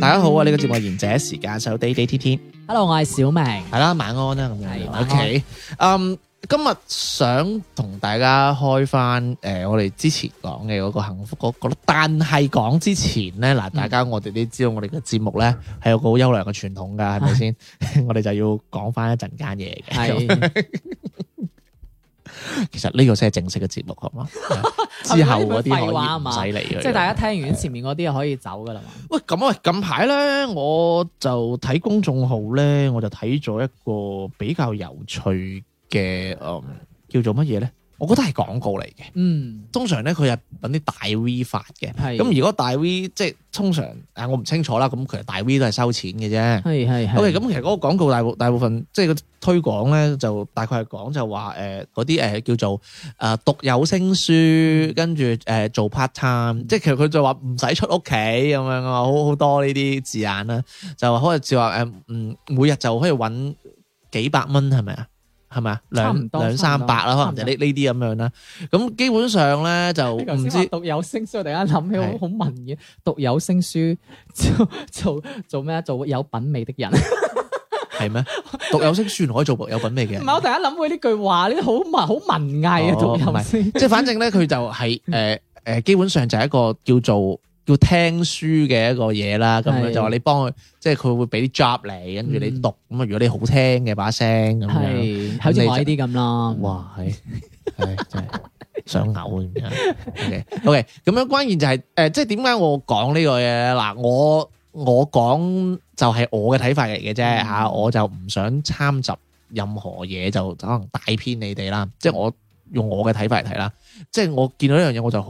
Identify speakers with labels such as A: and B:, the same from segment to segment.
A: 大家好啊！呢、個節目係賢者時間，手地地天天
B: Hello，我係小明。
A: 係啦，晚安啦咁
B: 係
A: 樣。
B: 晚安
A: O K，嗯，今日想同大家開翻誒、呃我哋之前講嘅嗰個幸福嗰、嗰粒，但係講之前咧，嗱，大家我哋都知道我哋嘅節目咧係有個好優良嘅傳統㗎，係咪先？ 我哋就要講翻一陣間嘢嘅。
B: 係
A: 其實呢個先係正式嘅節目，好 嘛？之後嗰啲可以
B: 廢話啊
A: 唔
B: 嘛
A: 使理佢。
B: 即係大家聽完前面嗰啲就可以走噶啦嘛。
A: 喂，咁啊，近排咧，我就睇公眾號咧，我就睇咗一個比較有趣嘅，嗯，叫做乜嘢咧？我覺得係廣告嚟嘅。
B: 嗯，
A: 通常咧，佢係揾啲大 V 發嘅。
B: 係
A: 咁如果大 V 即係通常，啊，我唔清楚啦。咁其實大 V 都係收錢嘅啫。
B: 係係係。
A: O.K. 咁其實嗰個廣告大部大部分即係個推廣咧，就大概係講就話誒嗰啲呃誒叫做誒讀有聲
B: 嗯
A: 書，跟住誒做 part time，即係其實佢就話唔使出屋企咁樣啊，好好多呢啲字眼啦，就話可能就話誒嗯每日就可以揾幾百蚊係咪啊？係咪啊？
B: 差唔
A: 兩
B: 多
A: 兩三百啦，可能就呢呢啲咁樣啦。咁基本上咧就
B: 你頭
A: 唔
B: 先話
A: 知
B: 讀有聲書，我突然間諗起好
A: 係
B: 好文嘅讀有聲書， 做做做咩啊？做有品味的 人。唔
A: 係咩？讀有聲書可以做有品味嘅人。
B: 係，我突然間諗起呢句話，呢啲好文好文藝啊！
A: 哦
B: 讀
A: 唔
B: 有
A: 係
B: 聲。
A: 即係反正咧，佢就係誒誒，基本上就係一個叫做叫聽書嘅一個嘢啦。咁樣
B: 係
A: 就話你幫佢，即係佢會俾啲 job 你，跟住你讀。咁啊，如果你好聽嘅把聲咁樣，
B: 係，好似我呢啲咁啦。
A: 哇，係係真係 想嘔咁啊樣。OK OK，咁樣關鍵就係、誒、即係點解我講呢個嘢嗱，我我講就係我嘅睇法嚟嘅啫
B: 嗯
A: 嚇，我就唔想參雜任何嘢，就可能帶偏你哋啦。即係我用我嘅睇法嚟睇啦，即係我見到呢樣嘢我就好，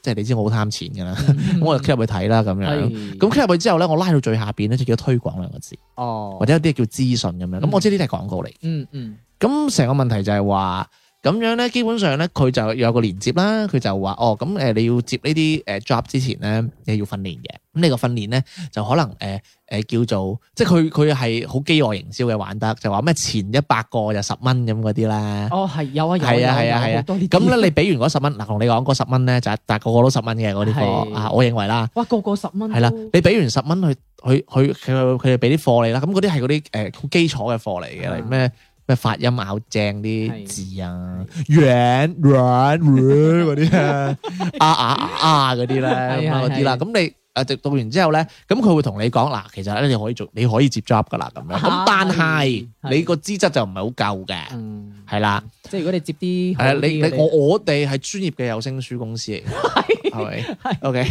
A: 即係你知我好貪錢㗎 啦，咁我就 click 入去睇啦咁樣。
B: 嗯係
A: 咁 click 入去之後咧，我拉到最下邊咧就叫推廣兩個字，
B: 哦
A: 或，者有啲叫資訊咁樣。咁我知呢啲係廣告嚟。
B: 嗯嗯，
A: 咁成個問題就係話，咁樣咧，基本上咧，佢就有個連接啦。佢就話，哦，咁誒，你要接呢啲誒 job 之前咧，你要訓練嘅。咁你個訓練咧，就可能誒誒、呃叫做，即係佢佢係好飢餓營銷嘅玩得，就話咩前一百個就十蚊咁嗰啲啦。
B: 哦係有啊有
A: 係啊係
B: 有
A: 啊
B: 有
A: 係啊
B: 好多呢啲
A: 咁咧，你俾完嗰十蚊，嗱，同你講嗰十蚊咧，就係但係個個都十蚊嘅嗰啲
B: 係
A: 貨啊，我認為啦。
B: 哇個個十蚊
A: 係啦
B: 都，
A: 你俾完十蚊去去去佢佢哋俾啲貨你啦，咁嗰啲係嗰啲誒好基礎嘅貨嚟嘅，
B: 啊
A: 例如咩咩發音咬正
B: 係
A: 啲字啊，軟軟軟嗰啲 啊，啊啊啊啊嗰啲咧，
B: 係
A: 咁啊
B: 係
A: 嗰啲啦，
B: 係
A: 咁你。誒直讀完之後咧，咁佢會同你講嗱，其實咧你可以做，你可以接 job 噶啦咁樣。咁
B: 啊
A: 但
B: 係
A: 係
B: 係
A: 你個資質就唔係好夠嘅，
B: 嗯
A: 係啦。
B: 即係如果你接啲好
A: 係啊
B: 啲
A: 你
B: 嘅
A: 你我我哋係專業嘅有聲書公司嚟嘅，係咪？OK，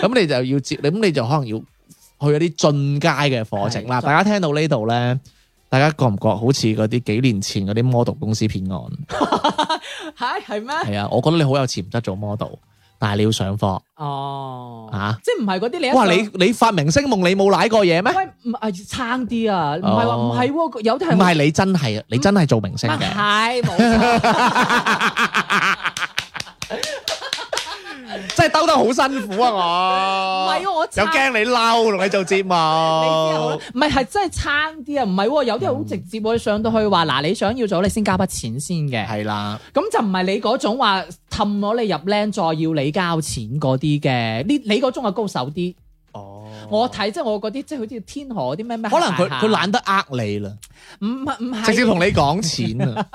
A: 咁你就要接，咁你就可能要去一啲進階嘅課程啦。
B: 係
A: 大家聽到呢度咧，大家覺唔覺好似嗰啲幾年前嗰啲 model 公司騙 案？
B: 係係咩？
A: 係啊，我覺得你好有潛質做 model，但係你要上課
B: 哦
A: 啊！
B: 即係唔係嗰啲你一
A: 哇！
B: 上
A: 你你發明星夢，你冇舐過嘢咩？
B: 喂唔係差啲啊？唔係話唔係喎，有啲係
A: 唔係你真係，你真係做明星
B: 啊
A: 嘅。
B: 係冇錯
A: 真係兜得好辛苦啊！
B: 唔
A: 我
B: 係喎我
A: 又
B: 差
A: 驚哦你嬲，同你做節
B: 你知我
A: 目。
B: 唔係係真係差啲啊！唔係喎，有啲好直接喎，你上到去話嗱，你想要咗你先交筆錢先嘅。
A: 係啦，
B: 咁就唔係你嗰種話氹我你入僆，再要你交錢嗰啲嘅，呢你嗰種係高手啲。
A: 哦，
B: 我睇即係我嗰啲即係好似天河嗰啲咩咩，
A: 可能佢佢懶，得呃你啦，
B: 唔係唔係
A: 直接同你講錢 啊，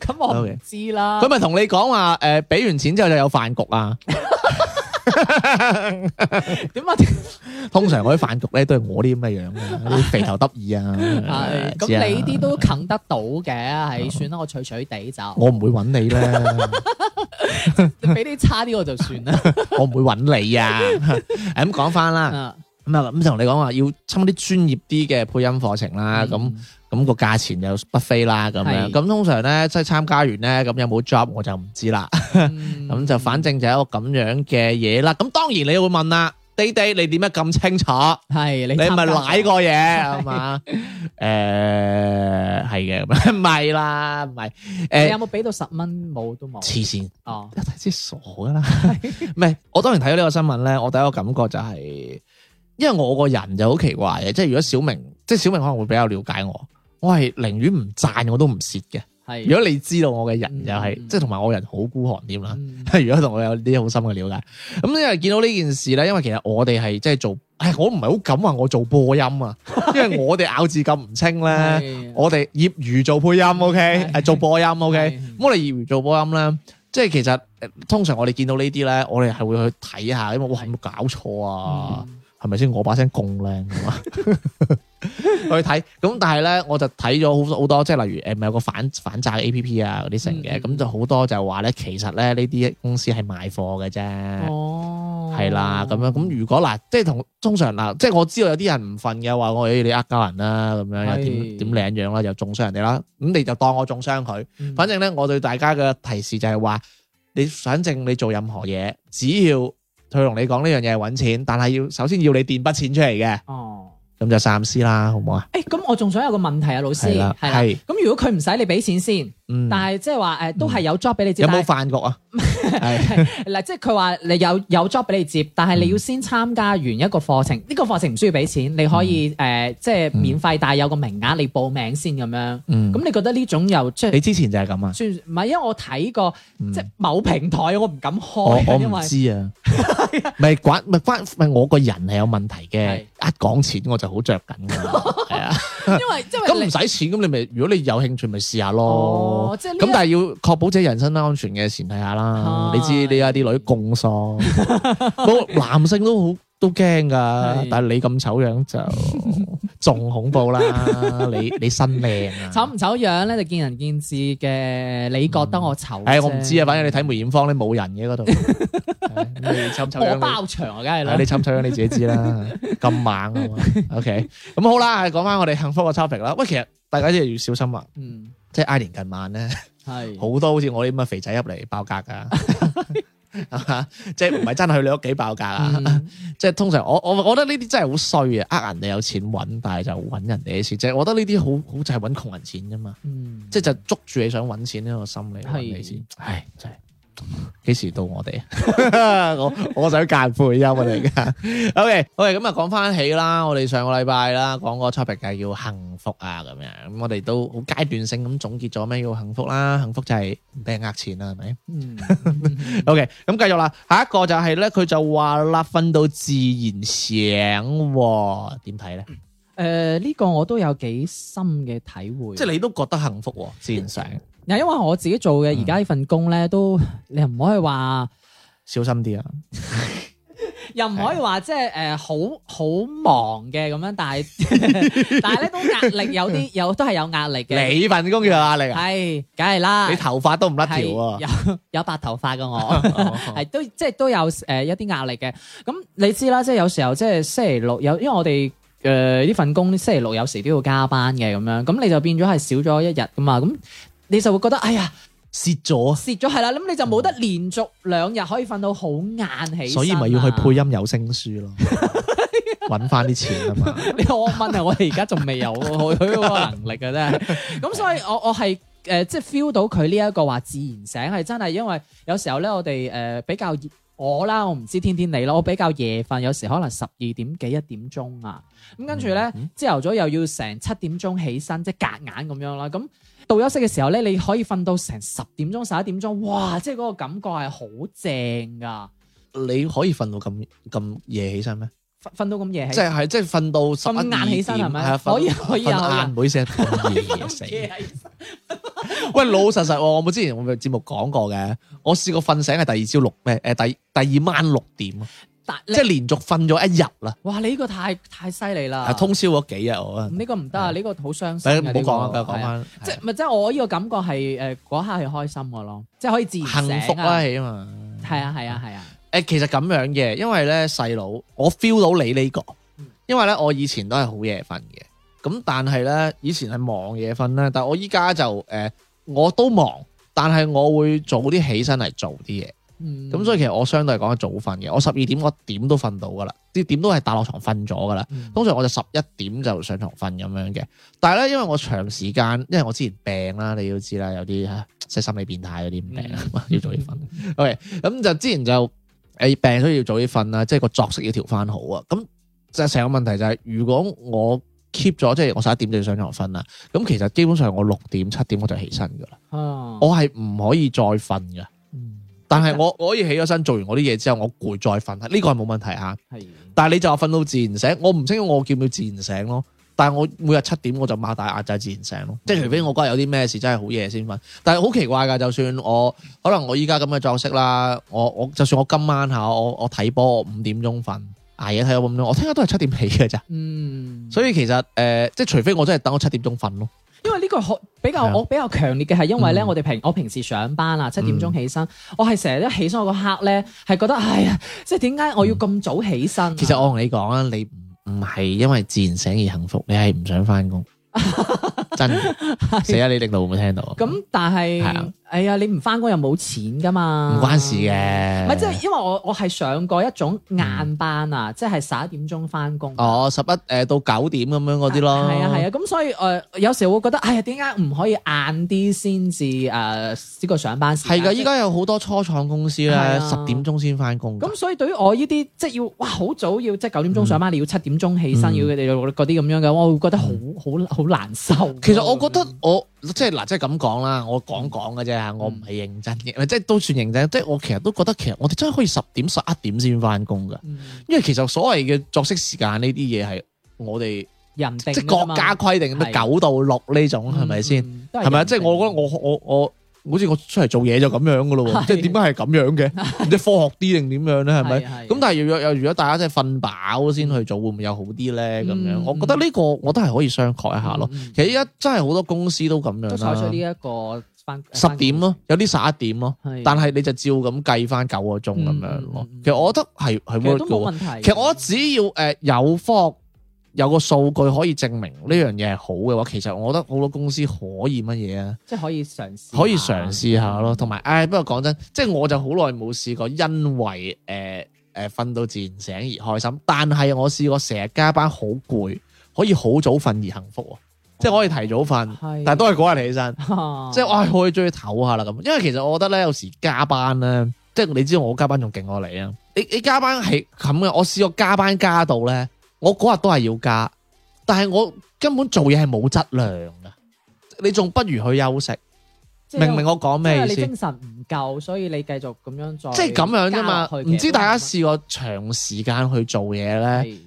B: 咁我唔知啦。
A: 佢咪同你講話誒，俾完錢之後就有飯局 啊。
B: 點啊？
A: 通常嗰啲飯局咧都係我啲咁嘅樣嘅，啲肥頭耷耳啊。哦
B: 係
A: 知啊
B: 咁你啲都啃得到嘅，係算啦，我脆脆地就，
A: 我唔會揾你啦，
B: 俾你差啲我就算啦。
A: 我唔會揾你 啊。係咁講翻啦，
B: 啊
A: 咁啊咁就同你講話要參啲專業啲嘅配音課程啦，咁。咁個價錢又不菲啦咁樣。
B: 嗯係
A: 咁通常咧，即係參加完咧，咁有冇 job 我就唔知啦。
B: 嗯
A: 咁就反正就係一個咁樣嘅嘢啦。咁當然你會問啦，弟弟你點解咁清楚？
B: 係你
A: 你係咪
B: 參加
A: 舐過嘢係嘛？誒係嘅，咁樣唔係啦，唔係
B: 你
A: 誒
B: 有冇俾到十蚊？冇都冇。
A: 黐線。
B: 哦，
A: 一睇知傻噶啦， 唔係我當然睇到呢個新聞咧，我第一個感覺就係、因為我個人就好奇怪嘅，即係如果小明，即係小明可能會比較了解我，我係寧願唔讚我都唔蝕嘅。
B: 係。
A: 如果你知道我嘅人
B: 嗯
A: 又係，
B: 嗯
A: 即係同埋我人好孤寒添啦。
B: 嗯
A: 如果同我有啲好深嘅了解，咁因為見到呢件事咧，因為其實我哋係即係做，唉，我唔係好敢話我做播音啊， 因為我哋咬字咁唔清咧。
B: 係嗯
A: 我哋業餘做配音，OK，
B: 係
A: 誒做播音，OK。
B: 係
A: 咁我哋業餘做播音咧，即係其實呃通常我哋見到呢啲咧，我哋係會去睇下，因為哇有冇搞錯啊？
B: 嗯
A: 係咪先我把聲咁靚㗎嘛？ 去睇咁，但係咧我就睇咗好多好多，即係例如誒，咪有個反反詐 A P P 啊嗰啲成嘅，
B: 嗯嗯
A: 咁、就好多就話咧，其實咧呢啲公司係賣貨嘅啫。
B: 哦，
A: 係啦，咁樣咁如果嗱，即係同通常嗱，即係我知道有啲人唔瞓嘅話，我誒你呃家人啦，咁樣又
B: 係
A: 點點領樣啦，又中傷人哋啦，咁你就當我中傷佢。
B: 嗯
A: 反正咧，我對大家嘅提示就係話，你反正你做任何嘢，只要佢同你講呢樣嘢係揾錢，但係要首先要你墊筆錢出嚟嘅，
B: 哦，
A: 咁就三思啦，好唔好啊？
B: 誒，咁我仲想有個問題啊，老師，係啦，
A: 係，
B: 咁如果佢唔使你俾錢先，
A: 嗯，
B: 但係即係話誒，都係有 job 俾你接，
A: 有冇
B: 但
A: 飯
B: 係
A: 局啊？係
B: 嗱，即係佢話你有有 job 俾你接，但
A: 嗯
B: 係你要先參加完一個課程，呢個課程唔需要俾錢，你可以誒即係免費，但係有個名額你報名先咁樣。
A: 嗯，
B: 咁你覺得呢種又即係
A: 你之前就係咁啊？
B: 算唔係？因為我睇過
A: 嗯
B: 即係某平台，我唔敢
A: 我
B: 開，
A: 我
B: 因
A: 唔
B: 為
A: 知 啊，咪關咪關咪我個人係有問題嘅，
B: 係
A: 一講錢我就好着緊㗎 啦，係啊，
B: 因 為因為
A: 咁唔
B: 你
A: 使錢咁你咪如果你有興趣咪試下咯
B: 哦，，即係呢
A: 咁但係要確保自己人身安全嘅前提下啦，
B: 係
A: 你知你家啲女共喪， 個男性都好都驚噶
B: 係，
A: 但係你咁醜樣就 仲恐怖啦，你你身靚啊！
B: 醜唔醜樣咧，就見仁見智嘅。你覺得我醜啫？
A: 嗯唉，我唔知啊，反正你睇梅艷芳咧冇人 嘅嗰度，係你醜唔醜樣
B: 我
A: 你
B: 包場啊，梗係
A: 係
B: 啦
A: 你。侵取你自己 知啦，咁猛啊嘛。OK，咁好啦，講翻我哋幸福嘅 topic 啦。喂，其實大家真係要小心啊！
B: 嗯，
A: 即係挨年近晚咧，
B: 係。
A: 好多好似我啲咁嘅肥仔入嚟爆格噶，係嘛即係唔係真係去你屋企爆格啊？
B: 嗯
A: 即係通常我我我覺得呢啲真係好衰啊！呃人哋有錢揾，但係就揾人哋嘅錢。即係我覺得呢啲好好就係揾窮人錢啫嘛，
B: 嗯，
A: 即係就捉住你想揾錢呢個心理揾你
B: 係
A: 錢。唉，真係。幾時到我哋啊？ 我我想間配音啊嚟噶。OK，好咁啊，講翻起啦，我哋上個禮拜啦，講個 topic 係叫幸福啊，咁樣咁我哋都好階段性咁總結咗咩叫幸福啦。幸福就係唔俾人呃錢啦，係咪
B: 嗯
A: ？OK，咁繼續啦，下一個就係咧，佢就話啦，瞓到自然醒喎，點睇咧？
B: 誒呃呢個我都有幾深嘅體會。
A: 即係你都覺得幸福喎，自然醒，
B: 嗱，因為我自己做
A: 嗯
B: 嘅而家呢份工咧，都 你又唔可以話，
A: 小心啲啊！
B: 又唔可以
A: 啊
B: 話即係誒好好忙嘅咁樣，但係 但係咧都壓力有啲有都係有壓力嘅。
A: 嗯你份工要有壓力啊，
B: 係，梗係啦。
A: 你頭髮都唔甩條啊
B: 係
A: 喎。哦
B: 有有白頭髮 嘅我。
A: 係
B: 係都即係都有誒、呃一啲壓力嘅。咁你知啦，即係有時候即係星期六有，因為我哋誒呢份工星期六有時都要加班嘅咁樣，咁你就變咗係少咗一日噶嘛。咁你就會覺得哎呀
A: 蝕咗啊
B: 蝕咗係啦，咁你就冇得連續兩日可以瞓到好晏起身啊，
A: 所以咪要去配音有聲書咯，揾翻啲錢啊 嘛。
B: 你我問啊，我哋而家仲未 有佢嗰個能力嘅真係。咁所以我我係誒、呃即係 feel 到佢呢一個話自然醒係真係，因為有時候咧我哋誒、呃比較熱我啦，我唔知天天你啦，我比較夜瞓，有時可能十二點幾一點鐘啊。咁跟住
A: 嗯
B: 咧，朝頭早又要成七點鐘起身，即係隔眼咁樣啦。咁到休息嘅時候咧，你可以瞓到成十點鐘、十一點鐘，哇！即係嗰個感覺係好正㗎，
A: 你可以瞓到咁咁夜起身咩？
B: 瞓瞓到咁夜
A: 即
B: 起。
A: 係係即係瞓到十
B: 瞓晏起身係咪可以可以有
A: 啊瞓晏，唔好意思，瞓 夜死。喂，老實實喎，我冇之前我咪節目講過嘅，我試過瞓醒係第二朝六咩？誒第第二晚六點啊，
B: 但
A: 即係連續瞓咗一日啦，
B: 哇！你呢個太太犀利啦，
A: 係通宵咗幾日我啊
B: 咁。呢個啊唔得啊，呢個好傷心
A: 誒
B: 啊
A: 唔
B: 呢個
A: 好講啦，
B: 係
A: 講
B: 啊
A: 翻
B: 即係咪即係我呢個感覺係誒嗰刻係開心嘅咯，即係可以自然醒
A: 幸福啦，
B: 啊，
A: 起碼。
B: 係啊係啊係啊，
A: 誒，呃其實咁樣嘅，因為咧細佬，我 feel 到你呢、個，因為咧我以前都係好夜瞓嘅，咁但係咧，以前係忙夜瞓啦，但我依家就誒、呃我都忙，但係我會早啲起身嚟做啲嘢。
B: 嗯
A: 咁、所以其實我相對嚟講係早瞓嘅，我十二點我點都瞓到噶啦，啲點都係打落床瞓咗噶啦。
B: 嗯
A: 通常我就十一點就上床瞓咁樣嘅，但係咧，因為我長時間，因為我之前病啦，你要知啦，有啲唉即係心理變態嗰啲唔病啊， 要早啲瞓。OK，咁就之前就誒病都要早啲瞓啦，即係個作息要調翻好啊。咁就成個問題就係、如果我 keep 咗，即係我十一點就要上床瞓啦，咁其實基本上我六點七點我就起身噶啦，
B: 啊
A: 我係唔可以再瞓噶。
B: 嗯
A: 但係我我可以起咗身做完我啲嘢之後，我攰再瞓，呢個係冇問題嚇。
B: 係
A: 但係你就話瞓到自然醒，我唔清楚我叫唔叫自然醒咯。但係我每日七點我就擘大眼就係自然醒咯，即
B: 嗯
A: 係除非我嗰日有啲咩事真係好夜先瞓。但係好奇怪㗎，就算我可能我依家咁嘅作息啦，我我就算我今晚下我我睇波我五點鐘瞓，捱夜睇到五點鐘，我聽日都係七點起嘅咋。
B: 嗯，
A: 所以其實誒、呃即係除非我真係等我七點鐘瞓咯。
B: 因為呢個好比較
A: 係啊
B: 我比較強烈嘅係因為咧，
A: 嗯
B: 我哋平我平時上班啊，七點鐘
A: 嗯
B: 起身，我係成日一起身我嗰刻咧係覺得，哎呀，即係點解我要咁早起身啊？
A: 嗯其實我同你講啊，你唔唔係因為自然醒而幸福，你係唔想翻 工，真嘅死啦！你領導會唔會聽到？
B: 咁，但
A: 係
B: 係
A: 啊
B: 哎呀，你唔翻工又冇錢噶
A: 唔
B: 嘛？
A: 關事。嘅，
B: 唔係，即係因為我我係上過一種晏班啊，即係十一點鐘翻工。
A: 嗯哦，十一誒到九點咁樣嗰啲咯，
B: 係啊係啊，咁所以誒、呃有時會覺得，哎呀，點解唔可以晏啲先至誒呢個上班時間？
A: 係㗎，依家有好多初創公司咧，
B: 係啊
A: 十點鐘先翻工㗎。
B: 咁所以對於我呢啲即係要哇好早要即係九點鐘上班，你要七點鐘起身，
A: 嗯
B: 要佢哋嗰啲咁樣嘅，我會覺得好好好難受。
A: 其實我覺得
B: 嗯
A: 我即係嗱，即係咁講啦，我講講嘅啫嚇，我唔係
B: 嗯
A: 認真嘅，即係都算認真。即係我其實都覺得其實我哋真係可以十點十一點先翻工㗎，
B: 嗯
A: 因為其實所謂嘅作息時間呢啲嘢係我哋
B: 人定
A: 即係國家規定咩
B: 係
A: 九到六呢種
B: 嗯
A: 係咪先？？係咪啊？即係我覺得
B: 我
A: 我我我。好似我出嚟做嘢就咁樣噶咯
B: 係
A: 喎，即係點解係咁樣 嘅？唔知科學啲定點樣咧？係咪？
B: 咪
A: 咁但係如果又如果大家真係瞓飽先去做，會唔會有好啲咧？咁樣，
B: 嗯
A: 我覺得呢個我都係可以商榷一下咯。
B: 嗯嗯
A: 其實依家真係好多公司都咁
B: 都採取
A: 樣啦，
B: 呢一個翻
A: 十點，咯，有啲十一點咯，
B: 係
A: 但係你就照咁計翻九個鐘咁樣
B: 嗯嗯
A: 咯
B: 嗯。
A: 其實我覺得係係
B: 其實
A: work
B: 都
A: 嘅喎
B: 冇問題。
A: 其實我只要誒有科學有個數據可以證明呢樣嘢係好嘅話，其實我覺得好多公司可以乜嘢啊？
B: 即係可以嘗試，
A: 可以嘗試下咯，同埋，唉，不過講真，即係我就好耐冇試過，因為誒誒瞓到自然醒而開心，但係我試過成日加班好攰，可以好早瞓而幸福喎，即係可以提早瞓，
B: 係，
A: 但係都係嗰日起身，
B: 係
A: 即係唉，可以中意唞下啦咁，因為其實我覺得咧，有時加班咧，即係你知道我加班仲勁過你啊，你你加班係咁嘅，我試過加班加到咧，我嗰日都係要加，但係我根本做嘢係冇質量噶，你仲不如去休息。明唔明我講咩意
B: 因為你
A: 思？
B: 精神唔夠，所以你繼續咁樣再
A: 即係咁樣啫嘛
B: 加，落去嘅
A: 唔知大家試過長時間去做嘢咧？
B: 係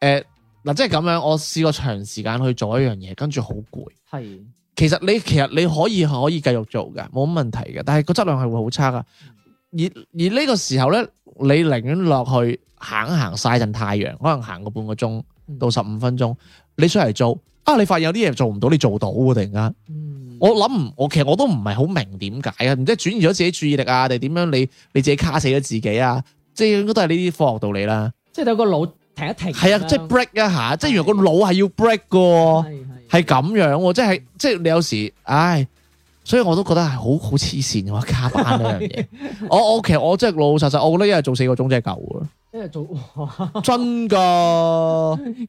A: 誒嗱，即係咁樣，我試過長時間去做一樣嘢，跟住好攰。
B: 係
A: 其實你其實你可以可以繼續做嘅，冇乜問題嘅，但係個質量係會好差噶。而而呢個時候咧，你寧願落去行一行曬陣太陽，可能行個半個鐘到十五分鐘，你出嚟做啊，你發現有啲嘢做唔到，你做到喎，突然間。
B: 嗯
A: 我諗唔，我其實我都唔係好明點解啊，唔知係轉移咗自己注意力啊，定點樣你你自己卡死咗自己啊？即係應該都係呢啲科學道理啦。
B: 即係有個腦停一停咁樣，
A: 係啊，即係 break 一下，即係原來個腦係要 break 嘅喎，
B: 係
A: 係啊咁樣喎，即係即係你有時，唉，所以我都覺得係好好黐線嘅話加班呢樣 嘢。我我其實我真係老老實實，我覺得一日做四個鐘真係夠嘅，
B: 即係做
A: 真㗎。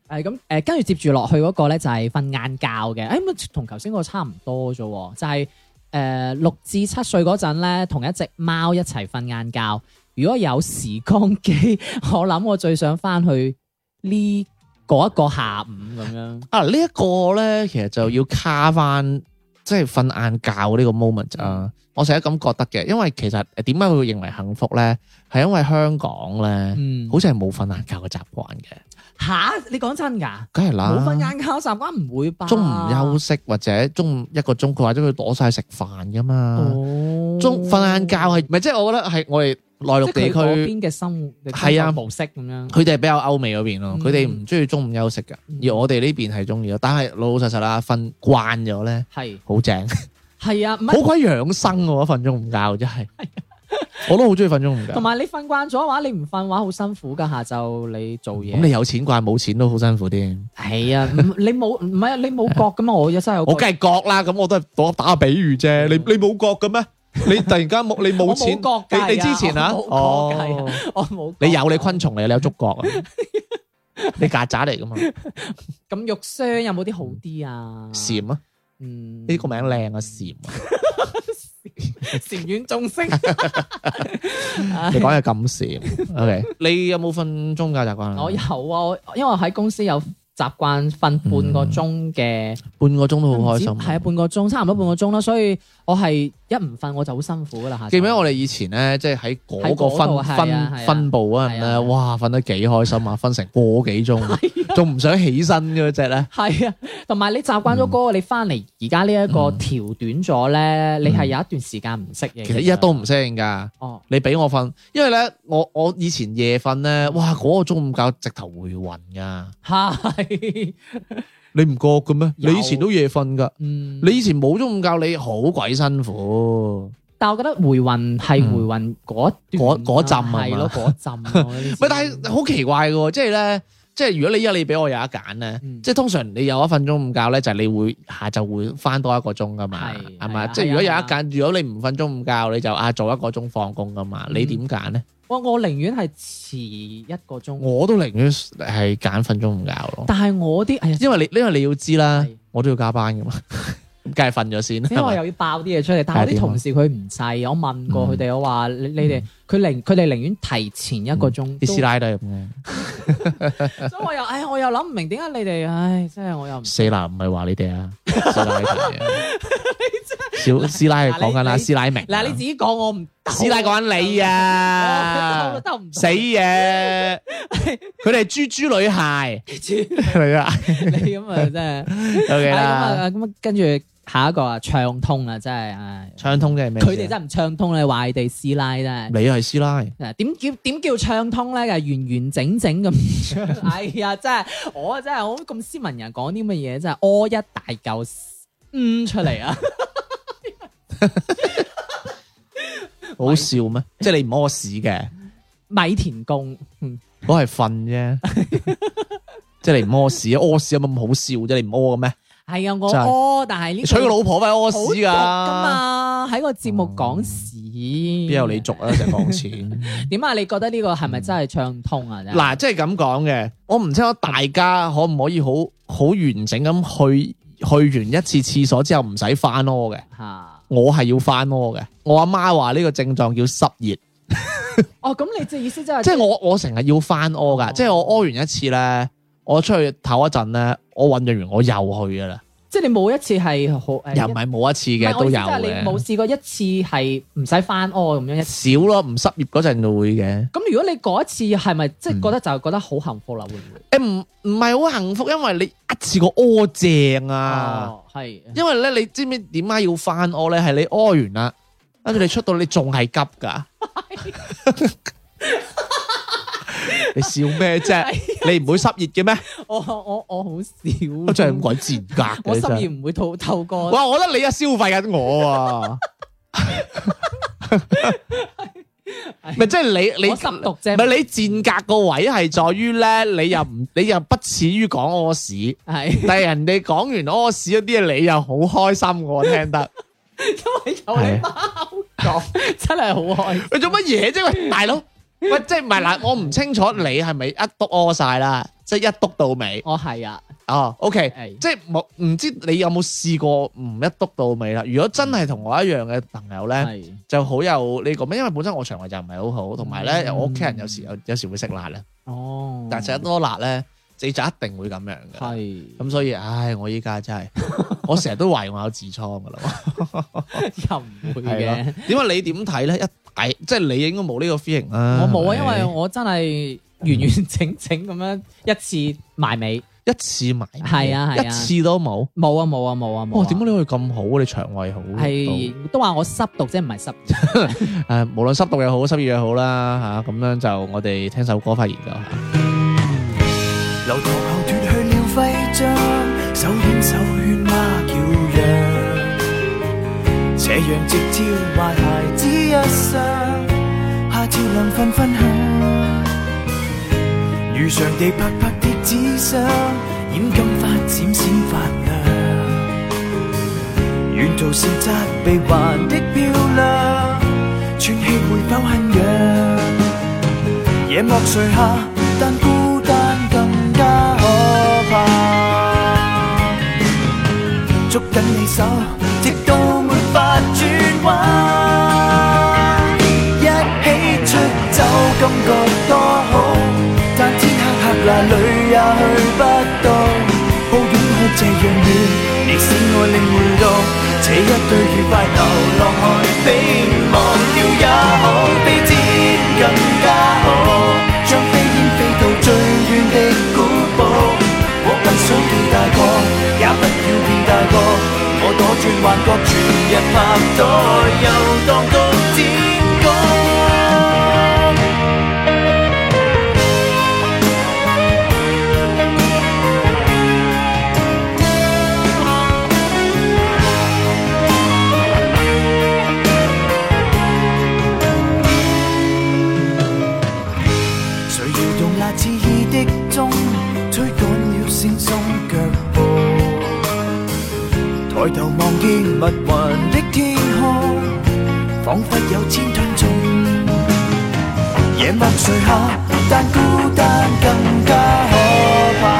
B: 係咁誒，跟住接住落去嗰個咧就係瞓晏覺嘅，誒咁啊同頭先嗰個差唔多啫喎，就係誒六至七歲嗰陣咧，同一隻貓一齊瞓晏覺。如果有時光機，我諗我最想翻去呢嗰一個下午咁樣。
A: 啊，呢、一個咧，其實就
B: 嗯
A: 要卡翻，即係瞓晏覺呢個 moment
B: 嗯
A: 啊。我成日咁覺得嘅，因為其實呃誒點解會認為幸福咧，係因為香港咧，
B: 嗯
A: 好似係冇瞓晏覺嘅習慣嘅，
B: 吓，你講真㗎？
A: 梗係
B: 冇瞓
A: 啦。
B: 晏覺啊習慣唔會吧？
A: 中午休息或者中午一個鐘，佢或者佢攞晒食飯噶嘛。
B: 哦
A: 中瞓晏覺係，咪即係我覺得係我哋內陸
B: 即係
A: 地
B: 佢嗰
A: 區，
B: 邊嘅生活嘅
A: 係啊
B: 工作模式咁樣。
A: 佢哋係比較歐美嗰邊咯，
B: 嗯
A: 佢哋唔中意中午休息噶，
B: 嗯
A: 而我哋呢邊係中意咯。但係老老實實啦，瞓慣咗咧，
B: 係
A: 好正。
B: 係啊，唔係啊
A: 好鬼養生喎！瞓中午覺真係，我都好中意瞓中午覺。
B: 同埋你瞓慣咗嘅話，你唔瞓嘅話好辛苦㗎。下晝你做嘢，
A: 咁你有錢慣冇錢都好辛苦啲。
B: 係啊，唔你冇唔係啊，你冇覺㗎嘛？我真係有覺
A: 我梗係覺啦，咁我都係打打個比喻啫。你你冇覺嘅咩？你突然間冇你冇
B: 我冇
A: 錢，
B: 覺㗎
A: 你你之前啊，
B: 我冇覺㗎
A: 哦，
B: 我冇。
A: 你有你昆蟲嚟，你有觸角啊， 你曱甴嚟噶嘛？
B: 咁肉霜有冇啲好啲啊？
A: 蟬啊，
B: 嗯，
A: 呢個名靚啊，蟬啊。
B: 禪院眾 星，
A: 你講嘢咁 蟬，OK？你有冇瞓中㗎習慣啊？
B: 我有啊，我因為我喺公司有習慣瞓半個鐘嘅，
A: 半個鐘都好開心。
B: 係啊，半個鐘，差唔多半個鐘啦，所以我係一唔瞓啊我就好辛苦噶啦。下晝
A: 記唔記得我哋以前咧，即係喺嗰個
B: 喺嗰度
A: 分
B: 係啊係
A: 分
B: 啊
A: 分部嗰陣
B: 係
A: 咧，
B: 啊
A: 哇，瞓得幾開心 啊！瞓成個幾鐘，啊仲唔想起身嗰只咧？
B: 係啊，同埋你習慣咗嗰個，你翻嚟而家呢一個調短咗咧，你係有一段時間唔適應。
A: 嗯其實依家都唔適應㗎。
B: 哦，
A: 你俾我瞓，因為咧，我我以前夜瞓咧，哇，嗰、個中午覺直頭回魂㗎。
B: 係，
A: 你唔覺嘅咩？
B: 有
A: 你以前都夜瞓㗎，
B: 嗯，
A: 你以前冇中午覺，你好鬼辛苦。
B: 但我覺得回魂係回魂嗰一段
A: 嗯嗰嗰陣啊嘛
B: 係咯，嗰陣 咯。唔
A: 唔係，但係好奇怪嘅喎，即係咧，即係如果你依家你俾我有得揀咧，
B: 嗯
A: 即係通常你有一份鐘午覺咧，就係你會下晝會翻多一個鐘噶嘛，
B: 係
A: 係
B: 係
A: 嘛？
B: 啊
A: 即係如果有得
B: 係啊
A: 揀，如果你唔瞓鐘午覺，你就啊做一個鐘放工噶
B: 嗯
A: 嘛，你點揀咧？
B: 我我寧願係遲一個鐘，
A: 我都寧願係揀瞓鐘午覺咯，
B: 但係我啲哎呀，
A: 因為你因為你要知啦
B: 係，
A: 我都要加班噶嘛， 咁梗係瞓咗先啦
B: 因為
A: 係
B: 我
A: 嘛。
B: 又要爆啲嘢出嚟，但係我
A: 係點
B: 啲
A: 啊
B: 同事佢唔制，我問
A: 嗯
B: 過佢哋，我話你你哋佢寧佢哋寧願提前一個鐘
A: 嗯啲師
B: 都，
A: 奶都係咁嘅，
B: 所以我又哎唉我又諗唔明點解你哋唉真係我又唔
A: 四奶唔係話你哋啊，師奶 係嘅小師奶係講緊啦，
B: 嗱你
A: 師奶明啊
B: 嗱你自己講我唔
A: 師奶講緊你
B: 我
A: 啊
B: 我，都唔
A: 死 嘢！佢哋係豬豬女孩，係啊
B: 你咁啊 真係
A: ，OK
B: 係咁
A: 啦。
B: 啊咁啊跟住下一個啊暢通啊真係唉
A: 暢通嘅係咩意思啊？
B: 佢哋真係唔暢通你話你哋師奶真係。
A: 你係師奶，
B: 嗱，點叫點叫暢通咧？就完完整整 咁暢。哎呀，真係我真係我咁斯文人講啲乜嘢，真係屙一大嚿嗯出 嚟啊！
A: 好笑咩？即係你唔屙屎嘅，
B: 米田共，嗯
A: 我係瞓啫。 即係你唔屙屎，屙屎有乜咁好笑啫？你唔屙嘅咩？
B: 係啊，我
A: 真係
B: 屙，但係呢
A: 你娶個老婆咪屙
B: 好毒
A: 屎
B: 㗎
A: 噶？
B: 嘛，喺個節目講屎，
A: 邊有你俗啊？成日講 錢。
B: 點啊？你覺得呢個係咪真係暢通啊？真係
A: 嗱，即係咁講嘅，我唔清楚大家可唔可以好好完整咁去去完一次廁所之後唔使翻屙嘅。
B: 嚇，
A: 我係要翻屙嘅。我阿媽話呢個症狀叫濕熱，
B: 哦，咁你即係意思即係
A: 即係我我成日要翻屙㗎。
B: 哦
A: 即係我屙完一次咧，我出去唞一陣咧，我醖釀完我又去㗎啦，
B: 即係你冇一次係好誒
A: 又唔係冇一次
B: 唔
A: 嘅
B: 係我
A: 都
B: 意
A: 有
B: 思即係你冇
A: 嘅，
B: 試過一次係唔使翻屙咁樣一次。
A: 少咯，唔濕熱嗰陣就會嘅。
B: 咁如果你嗰一次係咪即
A: 嗯
B: 係覺得就係覺得好幸福啦？會唔會？
A: 誒唔唔係好幸福，因為你一次過屙正啊。
B: 哦，係
A: 因為咧，你知唔知點解要翻屙咧？係你屙完啦，跟住你出到你仲係急 噶。 你笑咩啫？
B: 啊
A: 你唔會濕熱嘅咩？
B: 哦我我我好少，
A: 我真係咁鬼賤格嘅
B: 我
A: 你
B: 心
A: 真
B: 意
A: 係。
B: 唔會透透過。
A: 哇！我覺得你啊消費緊我 啊。咪即係你你
B: 我濕毒啫
A: 唔係你賤格個位係在於咧，你又唔 你又不似於講屙屎，
B: 係
A: 但係人哋講完屙屎嗰啲嘢，你又好開心我聽得。
B: 因為有你包講，真係好開心。
A: 你做乜嘢啫？喂，大佬，喂，即係唔係嗱？我唔清楚你係咪一督屙晒啦，即係一督到尾。
B: 我係啊，
A: 哦，OK，
B: 係
A: 即係冇唔知你有冇試過唔一督到尾啦？如果真係同我一樣嘅朋友咧，
B: 係
A: 就好有呢個咩？因為本身我腸胃就唔係好好，同埋咧
B: 嗯
A: 我屋企人有時有有時會食辣咧，
B: 哦，
A: 但係食得多辣咧，你就一定會咁樣嘅。
B: 係
A: 咁所以，唉，我依家真 係，我成日都懷疑我有痔瘡噶啦。
B: 又唔會
A: 係
B: 嘅。
A: 咯，點解你點睇咧？一大即係你應該冇呢個 feeling 啦。
B: 我冇啊，因
A: 係咪
B: 為我真係完完整整咁樣一次埋尾，
A: 一次埋尾，
B: 係啊係啊
A: 一次都冇。
B: 冇啊冇啊冇啊冇
A: 哇！
B: 啊。
A: 點解你可以咁好啊？你腸胃好到
B: 係都話我濕毒啫，唔係濕。
A: 誒，呃無論濕毒又好，濕熱又好啦嚇，咁樣就我哋聽首歌翻研究下。
C: 流堂後脱去了徽章，手牽手喧譁叫嚷，斜陽直照壞孩子一雙，下次亮分分享。如常地拍拍貼紙箱，染金髮閃閃發亮。沿途是責備還的漂亮，喘氣會否恨痒？夜幕垂下，但孤單更加可怕。捉緊你手，直到沒法轉彎。一起出走，感覺多好，但天黑客那裏也去不到。抱擁可這樣遠，你使我領會到，這一對愉快流浪去比忘掉也好，比天更加好。將飛燕飛到最遠的古堡。我更想變大個，也不要變大個。我躲轉幻覺，全日拍袋遊蕩到天光。誰搖動那刺耳的鐘，吹趕了惺忪腳步。抬頭望見密雲的天空，彷彿有千噸重。夜幕垂下，但孤單更加可怕。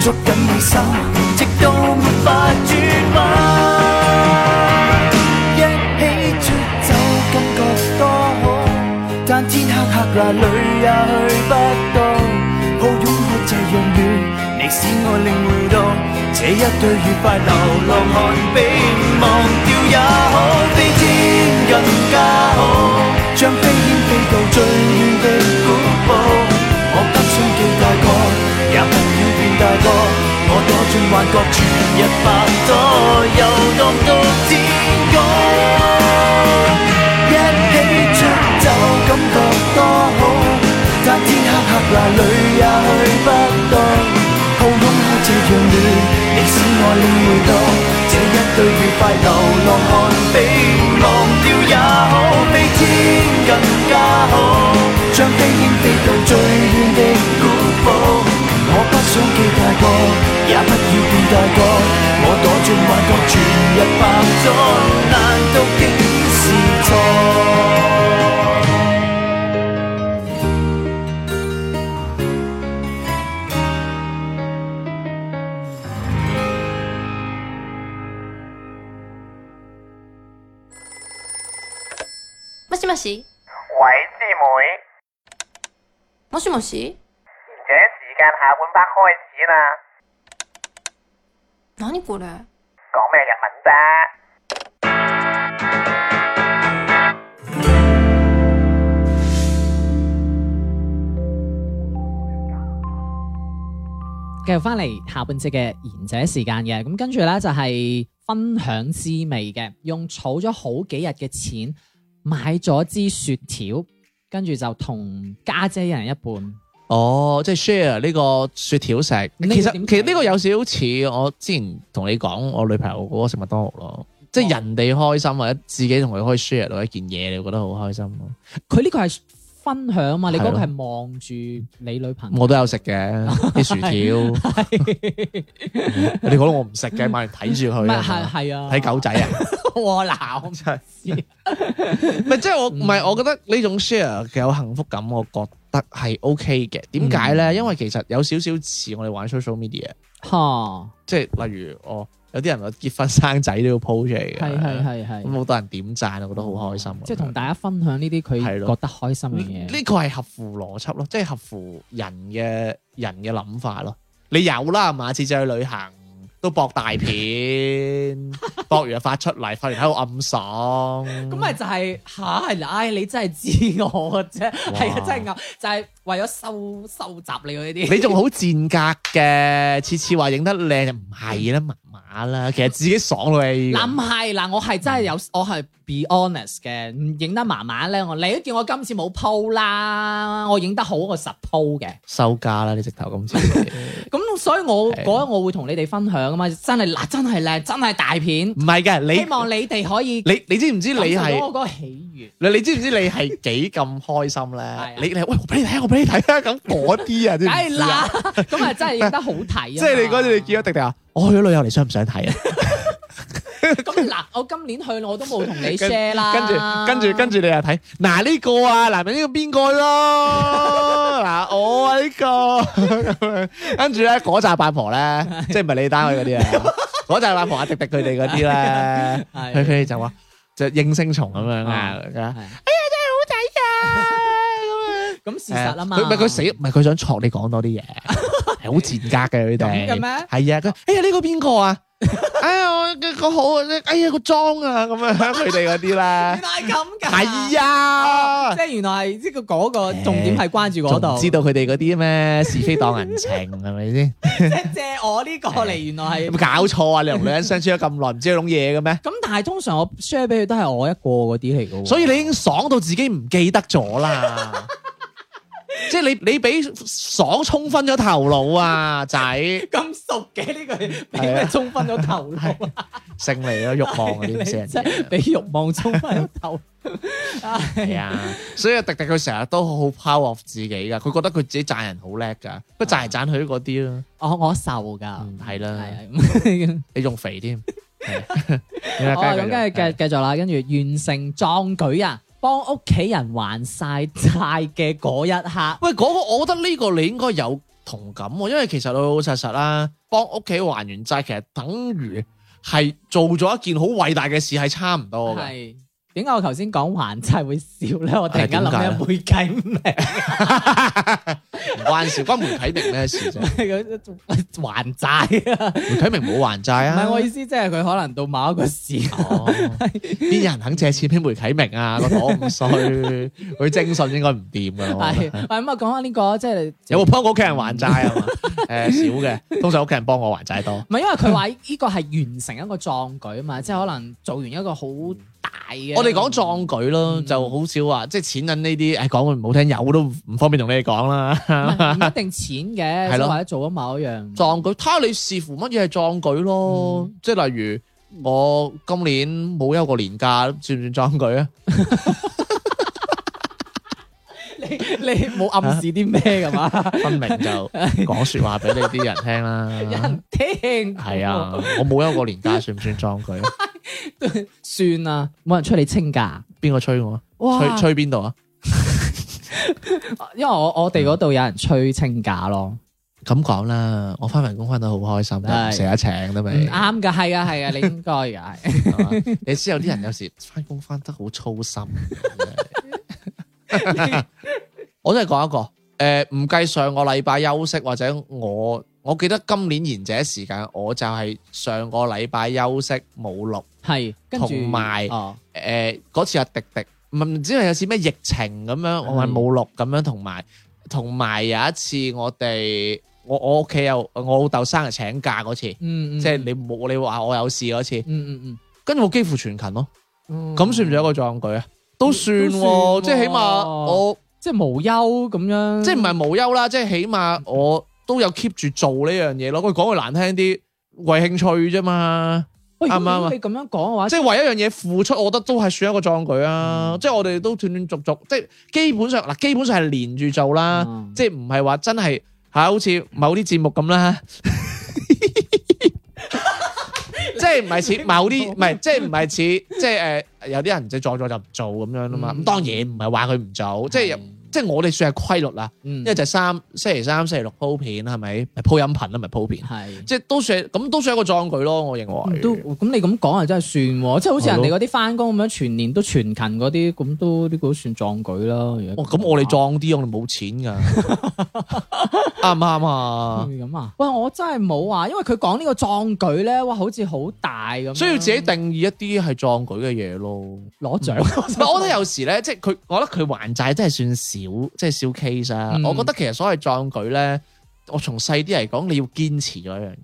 C: 捉緊你手，直到沒法轉彎。一起出走，感覺多好。但天黑黑那裏也去不到，抱擁可這樣遠，你使我領會到，這一對愉快流浪漢，比忘掉也好，比天更加好，將飛燕飛到最遠的古堡，我不想記大個，也不要變大個，我躲進幻覺，全日發呆，遊蕩到天光。一起出走，感覺多好。但天黑黑那裏也去不到，抱擁可這樣暖，你使我領會到，這一對愉快流浪漢，比忘掉也好，比天更加好。將飛燕飛到最遠的古堡，我不想記大個，也不要變大個，我躲進幻覺，全日扮裝，難道竟是錯？
D: もしもし
E: 喂，師妹，
D: もしもし
E: 而且時間下半 part 開始啦，
D: 何これ
E: 講咩日文啫？
B: 繼續翻嚟下半節嘅賢者時間嘅，咁跟住咧就係分享滋味嘅，用儲咗好幾日嘅錢買咗支雪條，跟住就同家姐一人一半。
A: 哦，即係 share 呢個雪條食。
B: 呢個
A: 其
B: 點
A: 實其實
B: 計
A: 呢個有少少似我之前同你講，我女朋友嗰個食麥當勞咯。即係人哋開心或者自己同佢可以 share 到一件嘢，你會覺得好開心咯。
B: 佢呢個係分享嘛，你
A: 係
B: 嗰
A: 咯
B: 個係望住你女朋友。
A: 我都有食嘅啲薯條， 你覺得我唔食嘅，買完睇住
B: 唔
A: 佢
B: 係
A: 啊
B: 係
A: 嘛，
B: 係啊，
A: 睇狗仔啊！
B: 我 嗯鬧真係
A: 咪即係我 唔係，我覺得呢種 share 嘅有幸福感，我覺得係 OK 嘅。點解
B: 嗯
A: 咧？因為其實有少少似我哋玩 social media，
B: 嚇，
A: 即係例如我有啲人話結婚生仔都要 po 出嚟嘅，
B: 係係係係
A: 咁，好多人點讚，我覺得好開心。
B: 即係同大家分享呢啲佢
A: 係咯
B: 覺得開心嘅嘢。
A: 呢個係合乎邏輯咯，即係合乎人嘅人嘅諗法咯。你有啦，馬次就去旅行都博大 片，博完就發出嚟，發完喺度暗爽。
B: 咁咪就係吓係，唉你真係知我嘅啫， 係啊真係牛，就係為咗收收集你嗰 啲。
A: 你仲好賤格嘅，次次話影得靚就唔係啦，麻麻啦，其實自己爽到你。嗯
B: 嗱唔係嗱，我係真係有，我係 be honest 嘅，唔影得麻麻咧。我你都見我今次冇 po 啦，我影得好我實 po 嘅。
A: 收家啦，你直頭咁 似。
B: 咁所以我
A: 係
B: 嗰日我會同你哋分享啊嘛，真係嗱真係靚，真係大片
A: 唔。係嘅，你
B: 希望你哋可以
A: 你你知唔知你
B: 感受到我
A: 係
B: 嗰個喜悅。完。
A: 你你知唔知你係幾咁開心
B: 啊
A: 咧？你你喂，我俾你睇，我俾你睇啊！咁嗰啲啊，知唔知
B: 梗
A: 啊
B: 係啦，咁啊真係影得好睇啊！
A: 即係你嗰陣你見到迪迪啊，我去咗旅遊，你想唔想睇啊？
B: 咁嗱，我今年去我都冇同你
A: 跟
B: share 啦。
A: 跟住跟住跟住你又睇嗱呢個啊，男人呢個邊個 咯？嗱我啊呢個， 跟住咧嗰扎八婆咧，即係唔係你單位嗰啲 啊？嗰扎八婆啊，迪迪佢哋嗰啲咧，
B: 係哦
A: 佢佢哋就話就應聲蟲咁樣啊，
B: 係
A: 哎呀真係好仔啊！
B: 咁事
A: 咁樣
B: 實啊嘛。
A: 佢唔係佢死，唔係佢想戳你講多啲 嘢，係好賤格嘅佢哋。
B: 咁嘅咩？
A: 係啊，佢哎呀呢個邊個啊？哎呀我個好啊，哎呀個妝啊咁樣 佢哋嗰啲啦
B: 原來。係咁㗎。
A: 係啊
B: 哦，即係原來係呢個嗰個重點係關注
A: 仲
B: 嗰
A: 唔
B: 度，
A: 知道佢哋嗰啲 咩是非當人情係咪先？
B: 即係借我呢個嚟，原來係
A: 有冇搞錯啊？你同女人相處咗咁耐，唔知呢種嘢嘅 咩？
B: 咁。但係通常我 share 俾佢都係我一個嗰啲嚟嘅喎。
A: 所以你已經爽到自己唔記得咗 啦。即係你你俾爽沖昏咗頭腦啊，仔
B: 咁熟嘅呢
A: 啊
B: 句，俾咩沖昏咗頭腦啊？
A: 勝利咗欲望嗰 啲先
B: 真係俾欲望沖昏咗頭。
A: 係啊，所以迪迪佢成日都好 power 自己噶，佢覺得佢自己讚人好叻噶，不過讚嚟讚去都嗰啲咯，
B: 我我瘦㗎
A: 嗯，係啦
B: 係啊。
A: 你仲肥 添。
B: 哦，咁跟住繼繼續啦，跟住完成壯舉啊，幫屋企人還晒 債嘅嗰一刻，
A: 喂，嗰、個我覺得呢個你應該有同感喎，因為其實老老實實啦，幫屋企還完債，其實等於係做咗一件好偉大嘅事，係差唔多嘅。
B: 係點解我頭先講還債會笑咧？ 我突然間
A: 係點解
B: 諗
A: 咧
B: 起會計唔 明
A: 唔關事，關梅啟明咩事 啫？
B: 佢還債啊，
A: 梅啟明冇還債
B: 唔
A: 啊。
B: 係我意思，即係佢可能到某一個時候，
A: 哦，邊有人肯借錢俾梅啟明啊？個朵咁衰，佢徵信應該唔掂噶咯。
B: 係喂咁啊，講下呢個即係
A: 哦有冇幫過屋企人還債啊？ 誒、少嘅，通常屋企人幫我還債多。
B: 唔係因為佢話呢個係完成一個壯舉啊嘛，即係可能做完一個好大嘅，
A: 我哋講壯舉咯，
B: 嗯
A: 就好少話，即係錢銀呢啲，誒講句唔好聽，有都唔方便同你哋講 啦。
B: 唔係唔一定錢嘅，
A: 係
B: 即
A: 咯
B: 係或者做咗某一樣。
A: 壯舉，睇下你視乎乜嘢係壯舉咯。
B: 嗯
A: 即係例如我今年冇休過年假，算唔算壯舉 啊？
B: 你你冇暗示啲咩噶嘛？
A: 分明就講説話俾你啲人聽
B: 有
A: 啦。
B: 人聽
A: 係啊，，我冇休過年假，算唔算壯舉啊？
B: 算啦，冇人出你清㗎。
A: 邊個催我啊？
B: 哇
A: 催！催邊度啊？
B: 因為我我哋嗰度有人吹清假咯，
A: 咁講啦，我翻份工翻得好開心，但係唔
B: 係
A: 捨得請得
B: 唔
A: 未？
B: 啱㗎，係啊係啊，你應該㗎。
A: 係嘛你知有啲人有時翻工翻得好操心。啊 我真係講一個，誒、唔計上個禮拜休息或者我，我記得今年賢者時間，我就係上個禮拜休息冇錄，
B: 係，跟住
A: 同埋
B: 哦，
A: 誒、呃嗰次阿迪迪，唔唔知係有次咩疫情咁樣，我係
B: 嗯
A: 冇錄咁樣，同埋同埋有一次我哋，我我屋企有我老豆生日請假嗰次，
B: 嗯嗯，
A: 即係你冇你話我有事嗰次，
B: 嗯嗯
A: 跟住我幾乎全勤咯。
B: 嗯，
A: 咁算唔算一個壯舉啊？都算
B: 都算喎
A: 喎，
B: 嗯
A: 即係起碼我
B: 即係無憂咁樣，
A: 即係唔係無憂啦，即係起碼我都有 keep 住做呢樣嘢咯。佢講句難聽啲，為興趣啫嘛，
B: 喂
A: 啱唔啱啊
B: 如果你咁樣講嘅話，
A: 即係為一樣嘢付出，我覺得都係算一個壯舉
B: 嗯
A: 啊。即係我哋都斷斷續續，即係基本上嗱，基本上係連住做啦，
B: 嗯
A: 即係唔係話真係嚇好似某啲節目咁啦。 即係唔係 似某啲，唔係即係唔係似即係誒有啲人就做咗就唔做咁樣啦嘛。咁
B: 嗯
A: 當然唔係話佢唔做，即係即係我哋算係規律啦。
B: 嗯
A: 因為就係三星期三、星期六鋪片係咪？咪鋪音頻啦，咪鋪片，
B: 係。
A: 即係都算咁都算一個壯舉咯。我認為
B: 嗯都咁你咁講啊，真係算喎，即係好
A: 係
B: 似人
A: 咯
B: 哋嗰啲翻工咁樣，全年都全勤嗰啲，咁都呢個都算壯舉啦。如
A: 哦
B: 果
A: 咁我哋壯啲，我哋冇錢噶， 啱唔啱啊？
B: 嗯咁啊，喂，我真係冇啊，因為佢講呢個壯舉咧，哇，好似好大咁樣，
A: 需要自己定義一啲係壯舉嘅嘢 咯。唔
B: 攞獎。
A: 係我覺得有時咧，即係佢，我覺得佢還債真係算少，即係少 case 啊。
B: 嗯
A: 我覺得其實所謂壯舉咧，我從細啲嚟講，你要堅持咗一樣嘢，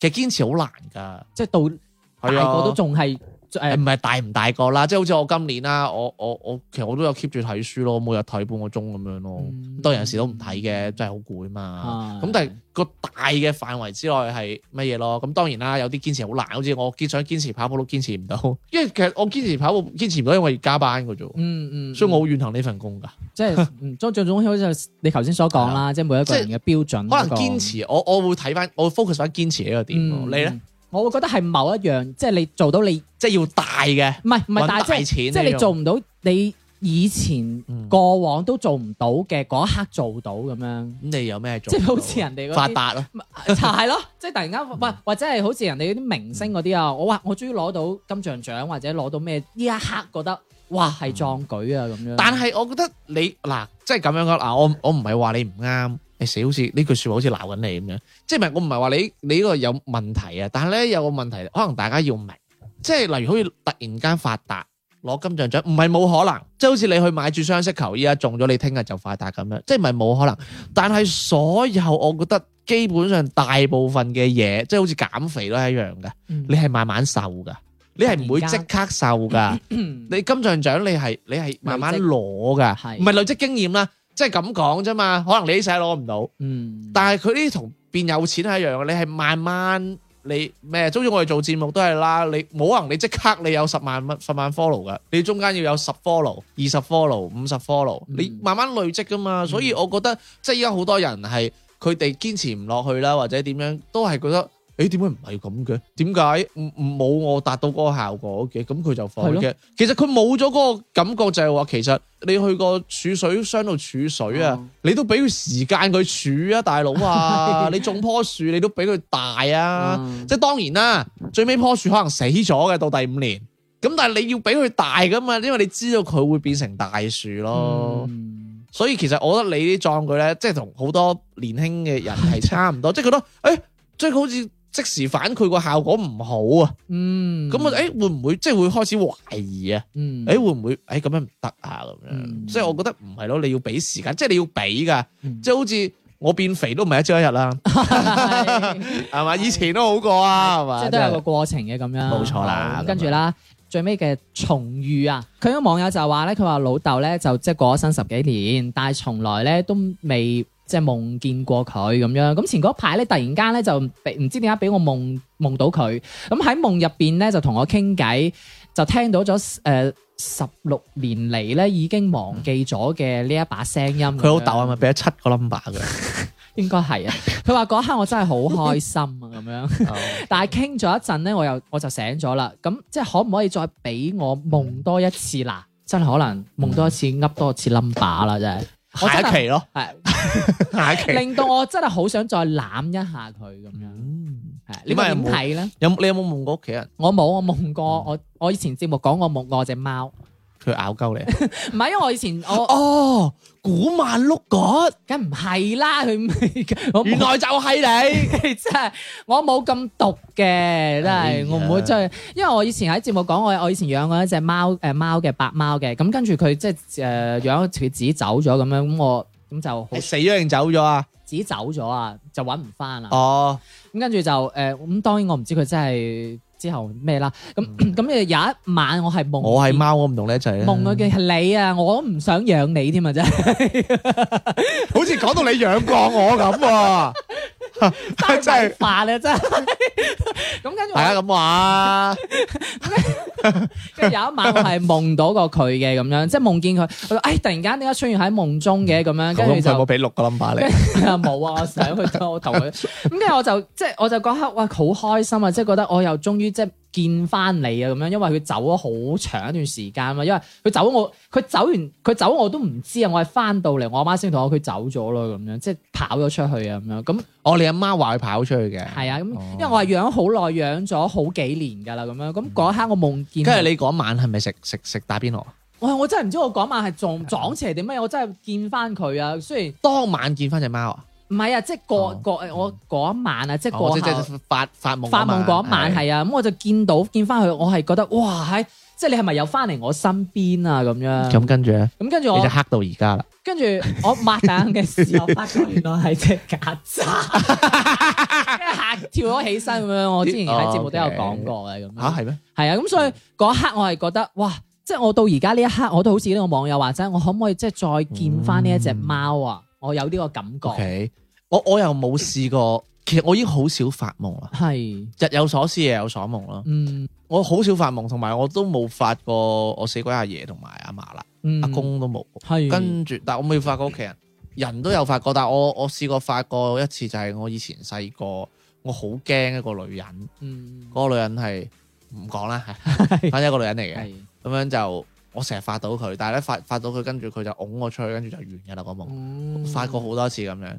A: 其實堅持好難噶。
B: 即係到大
A: 係啊嗯
B: 個都仲係
A: 誒
B: 誒
A: 唔係大唔大個啦，即係好似我今年啦，我我我其實我都有 keep 住睇書咯，每日睇半個鐘咁樣咯。
B: 嗯啊
A: 當然有時都唔睇嘅，真係好攰嘛。
B: 係
A: 咁但係個大嘅範圍之內係乜嘢咯？咁當然啦，有啲堅持好難，好似我堅想堅持跑步都堅持唔 到，因為其實我堅持跑步堅持唔到，因為我要加班嘅啫。
B: 嗯嗯，
A: 所以我好怨恨呢份工㗎。
B: 即係嗯，即係最總好似你頭先所講啦，即係每一個人嘅標準嗰個，
A: 可能堅持，我我會睇翻，我會 focus 翻堅持呢個點咯。啊
B: 嗯
A: 你咧，？
B: 我會覺得係某一樣，即係你做到你
A: 即係要大嘅，
B: 唔係唔係，
A: 搵
B: 但
A: 大
B: 係即係
A: 錢
B: 即
A: 呢
B: 係你
A: 種
B: 做唔到你以前
A: 嗯
B: 過往都做唔到嘅嗰一刻做到咁樣，
A: 咁你有咩做
B: 即
A: 到？
B: 係好似人哋嗰啲
A: 發達咯，
B: 就係咯，即係突然間，喂，或者係好似人哋嗰啲明星嗰啲啊，我話我終於攞到金像獎或者攞到咩，呢一刻覺得哇係壯舉啊咁樣。
A: 但係我覺得你嗱，即係咁樣講嗱，我我唔係話你唔啱，你死好似呢句説話好似鬧緊你咁樣，即係唔係我唔係話你你呢個有問題啊，但係咧有個問題，可能大家要明，即係例如好似突然間發達。攞金像獎唔係冇可能，即係好似你去買住雙色球，依家中咗你聽日就發達咁樣，即係唔係冇可能。但係所有我覺得基本上大部分嘅嘢，即係好似減肥都係一樣嘅，
B: 嗯
A: 你係慢慢瘦㗎，你係唔會即刻瘦㗎。你金像獎你係你係慢慢
B: 累積
A: 攞噶，
B: 係
A: 唔係累積經驗啦，即係咁講啫嘛。可能你呢世攞唔到，
B: 嗯，
A: 但係佢呢啲同變有錢係一樣嘅，你係慢慢你咩？就好似我哋做節目都係啦，你冇可能你即刻你有十萬蚊十萬 follow 噶，你中間要有十 follow、二十 follow、五十 follow，
B: 嗯
A: 你慢慢累積噶嘛。所以我覺得即係依家好多人係佢哋堅持唔落去啦，或者點樣都係覺得。誒點解唔係咁嘅？點解唔唔冇我達到嗰個效果嘅？咁佢就放
B: 係
A: 嘅。其實佢冇咗嗰個感覺，就係話其實你去個儲水箱度儲水啊，
B: 哦
A: 你都俾佢時間佢儲啊，大佬 啊！
B: 係
A: 你種棵樹你都俾佢大啊！
B: 嗯
A: 即係當然啦，最尾棵樹可能死咗嘅，到第五年。咁但係你要俾佢大噶嘛，因為你知道佢會變成大樹咯。
B: 嗯
A: 所以其實我覺得你啲壯舉咧，即係同好多年輕嘅人係差唔多，即係覺 得誒，欸即係好似即時反饋個效果唔好啊，
B: 嗯
A: 咁我誒會唔會即係會開始懷疑啊？
B: 嗯
A: 誒會唔會誒咁樣唔得啊？咁樣，
B: 嗯
A: 即係我覺得唔係咯，你要俾時間，即係你要俾噶，
B: 嗯
A: 即係好似我變肥都唔係一朝一日 啦，
B: 係
A: 係嘛？以前都好過啊，係嘛？
B: 即係都有個過程嘅咁樣。
A: 冇錯啦咁樣
B: 好
A: 啊
B: 跟住啦，最尾嘅重遇啊，佢有個網友就話咧，佢話老豆咧就即係過咗身十幾年，但係從來咧都未。即係夢見過佢咁樣，咁前嗰排咧，突然間咧就俾唔知點解俾我夢夢到佢，咁喺夢入邊咧就同我傾偈，就聽到咗誒十六年嚟咧已經忘記咗嘅呢一把聲音。
A: 佢老豆係
B: 啊
A: 咪俾咗七個 number 嘅？
B: 應該係啊，佢話嗰刻我真係好開心啊咁樣。但係傾咗一陣咧，我又我就醒咗啦。咁即係可唔可以再俾我
A: 嗯
B: 夢多一次啦？真係可能夢多一次，噏多一次 number 啦，真係。我
A: 下
B: 真
A: 一
B: 係
A: 期咯，
B: 係
A: 下一期。
B: 令到我真係好想再攬一下佢咁樣。
A: 嗯
B: 係你咪點睇咧？
A: 有嗯你有冇夢過屋企人
B: 我冇，我夢過我我以前節目講我夢過只貓，唔
A: 佢咬鳩 你啊？
B: 係因為我以前我
A: 哦，古曼碌葛，
B: 梗唔係啦，佢 我
A: 原來就係你。
B: 真係我冇咁毒嘅，真
A: 哎呀
B: 係我唔會追，因為我以前喺節目講我我以前養過一隻貓誒貓嘅白貓嘅，咁跟住佢即係誒養咗佢自己走咗咁樣，咁我咁就好
A: 你死咗定走咗啊？
B: 自己走咗啊，就揾唔翻啦。
A: 哦，
B: 咁跟住就誒咁，當然我唔知佢真係之後咩啦。咁 咁有一晚我係夢，
A: 嗯哦我係。貓，我唔同你一齊啊
B: 夢佢嘅係你嗯啊！我都唔想養你添 啊，真係
A: 好似講到你養過我咁啊 喎。
B: 真
A: 真係
B: 係煩啊！真係咁跟住我
A: 大家啊咁話，
B: 跟住有一晚我係夢到過佢嘅咁樣，即係夢見佢，佢話：哎，突然間點解出現喺夢中嘅咁樣？跟住
A: 我
B: 就
A: 俾六個 number
B: 跟住啊冇啊，我想佢，我同佢咁，跟住我就即係我就嗰刻哇好開心啊！即係覺得我又終於即係見翻你啊咁樣，因為佢走咗好長一段時間啊嘛，因為佢走我佢走完佢走我都唔知啊，我係翻到嚟我阿媽先同我佢走咗咯咁樣，即係跑咗出去啊咁樣咁。
A: 哦，你阿媽話佢跑出去嘅，
B: 係啊，咁
A: 哦
B: 因為我係養好耐，養咗好幾年㗎啦，咁樣咁嗰一刻我夢見，
A: 跟住你嗰晚係咪食食食打邊爐啊？
B: 哇！我真係唔知我嗰晚 係撞撞邪定乜嘢，我真係見翻佢啊！雖然
A: 當晚見翻只貓啊？
B: 唔係啊，即係過
A: 哦
B: 過我嗰一晚啊，即係過
A: 哦，即即
B: 後
A: 即發發夢
B: 發
A: 夢
B: 夢嗰一晚係啊，咁我就見到見翻佢，我係覺得哇！係即係你係咪又翻嚟我身邊啊？咁樣
A: 咁跟住咧，
B: 咁跟住
A: 你就
B: 我
A: 黑到而家啦。
B: 跟住我擘大眼嘅時候，發覺原來係只曱甴。嚇跳咗起身咁樣。我之前喺
A: 哦
B: 節目都有講過嘅咁樣。
A: 吓係咩？
B: 係啊，咁所以嗰一刻我係覺得，哇！即係我到而家呢一刻，我都好似呢個網友話齋，我可唔可以即係再見翻呢一隻貓啊？我有呢個感覺，
A: OK，我我又冇試過，其實我已經好少發夢啦，
B: 係，
A: 日有所思，夜有所夢咯。
B: 嗯
A: 我好少發夢，同埋我都冇發過我死鬼阿爺同埋阿嫲啦，
B: 嗯，
A: 阿公都冇。
B: 係嗯
A: 跟住，但我未發過屋企人，人都有發過，但我我試過發過一次，就係我以前細個，我好驚一個女人，
B: 嗯
A: 嗰、個女人係唔講啦，反正一個女人嚟嘅，
B: 係
A: 咁樣就我成日發到佢，但係咧發發到佢，跟住佢就拱我出去，跟住就完㗎啦個夢。
B: 嗯
A: 發過好多次咁樣。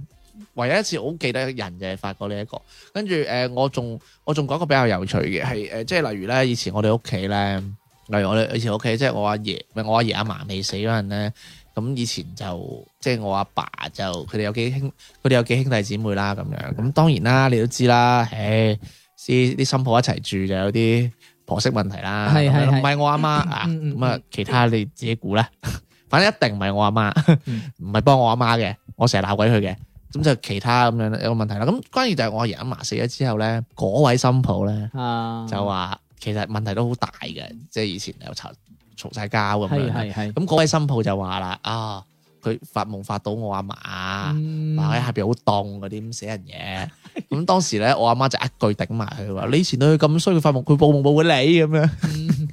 A: 唯一一次我好記得人就係發過呢、一個，跟住誒我仲我仲講個比較有趣嘅係誒，即係例如咧，以前我哋屋企咧，例如我哋以前屋企即係我阿爺，唔係我阿爺阿嫲未死嗰陣咧，咁以前就即係我阿爸就佢哋有幾兄，佢哋有幾兄弟姊妹啦咁樣，咁當然啦，你都知啦，誒啲啲新抱一齊住就有啲婆媳問題啦，
B: 係係
A: 咁樣唔
B: 係
A: 係我阿媽啊，
B: 嗯嗯
A: 咁啊其他你自己估啦。 反正一定唔係我阿媽，
B: 嗯
A: 唔係幫我阿媽嘅，我成日鬧鬼佢嘅。咁就其他咁樣有個問題啦。咁關於就係我阿爺阿嫲死咗之後咧，嗰位新抱咧
B: 啊，
A: 就話其實問題都好大嘅，即係以前有嘈嘈晒交咁
B: 係
A: 樣。
B: 係係，
A: 咁嗰位新抱就話啦，啊，佢發夢發到我阿嫲。啊
B: 嗯
A: 話喺下邊好凍嗰啲咁死人嘢，咁當時咧我阿媽就一句頂埋佢話：你以前對佢咁衰，佢發夢佢報夢報會你咁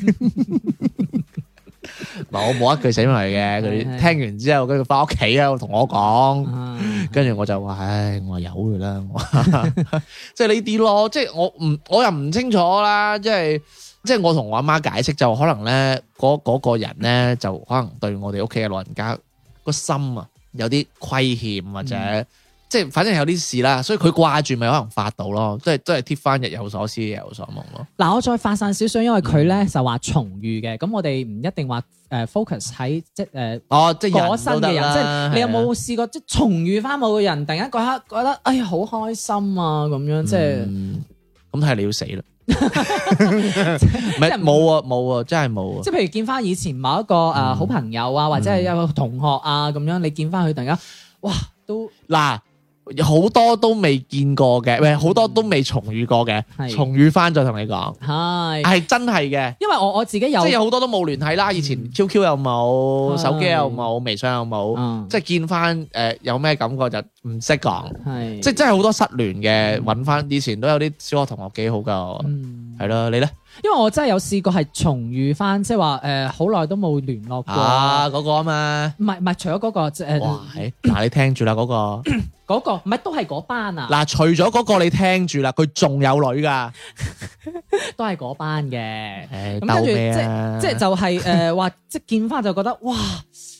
A: 樣。嗱，我冇一句死埋佢嘅，佢
B: 係係
A: 聽完之後跟住翻屋企啊，同我講，
B: 啊
A: 跟住我就話：唉，我話由佢啦，我 話即係呢啲咯，即係我唔我又唔清楚啦，即係。即係我同我阿媽解釋就可能咧，嗰嗰、個人咧就可能對我哋屋企嘅老人家個心啊有啲虧欠或者、
B: 嗯
A: 即係反正有啲事啦，所以佢掛住咪可能發到咯，即係都係貼翻日有所思夜有所夢咯。
B: 嗱，我再發散少少，因為佢咧就話重遇嘅，咁我哋唔一定話誒 focus 喺即誒
A: 哦，即係
B: 嗰
A: 人
B: 身
A: 都得
B: 嘅人，即
A: 啦
B: 係你有
A: 係啊
B: 冇試過即係重遇翻某個人，突然間嗰刻覺得哎呀好開心啊咁樣，即係
A: 嗯咁睇嚟你要死 啦，唔係冇啊冇啊，真係冇啊。
B: 即係譬如見翻以前某一個
A: 嗯
B: 誒好朋友啊，或者係有個同學啊咁樣，你見翻佢突然間哇都
A: 嗱，好多都未見過嘅，喂，好多都未重遇過嘅，
B: 係
A: 重遇翻再同你講，
B: 係，
A: 係真係嘅。
B: 因為我我自己有
A: 啊即係有好多都冇聯繫啦，以前 QQ 又冇，
B: 係
A: 手機又冇，微信又冇，
B: 嗯
A: 即係見翻誒有咩感覺就唔識講，
B: 係
A: 即係真係好多失聯嘅，揾翻以前都有啲小學同學幾好噶，
B: 嗯
A: 係咯，你咧
B: 因為我真係有試過係重遇翻，即係話誒好耐都冇聯絡過
A: 啊。嗰個啊嘛，
B: 唔係唔係，除咗嗰個即係
A: 哇，係嗱你聽住啦 嗰個，
B: 嗰個唔係都係嗰班啊，
A: 嗱除咗嗰個你聽住啦，佢仲有女噶，
B: 都係嗰班嘅。
A: 誒
B: 咁跟
A: 鬥
B: 住即
A: 咩
B: 係
A: 啊？
B: 即係就係誒話， 即係見翻就覺得哇，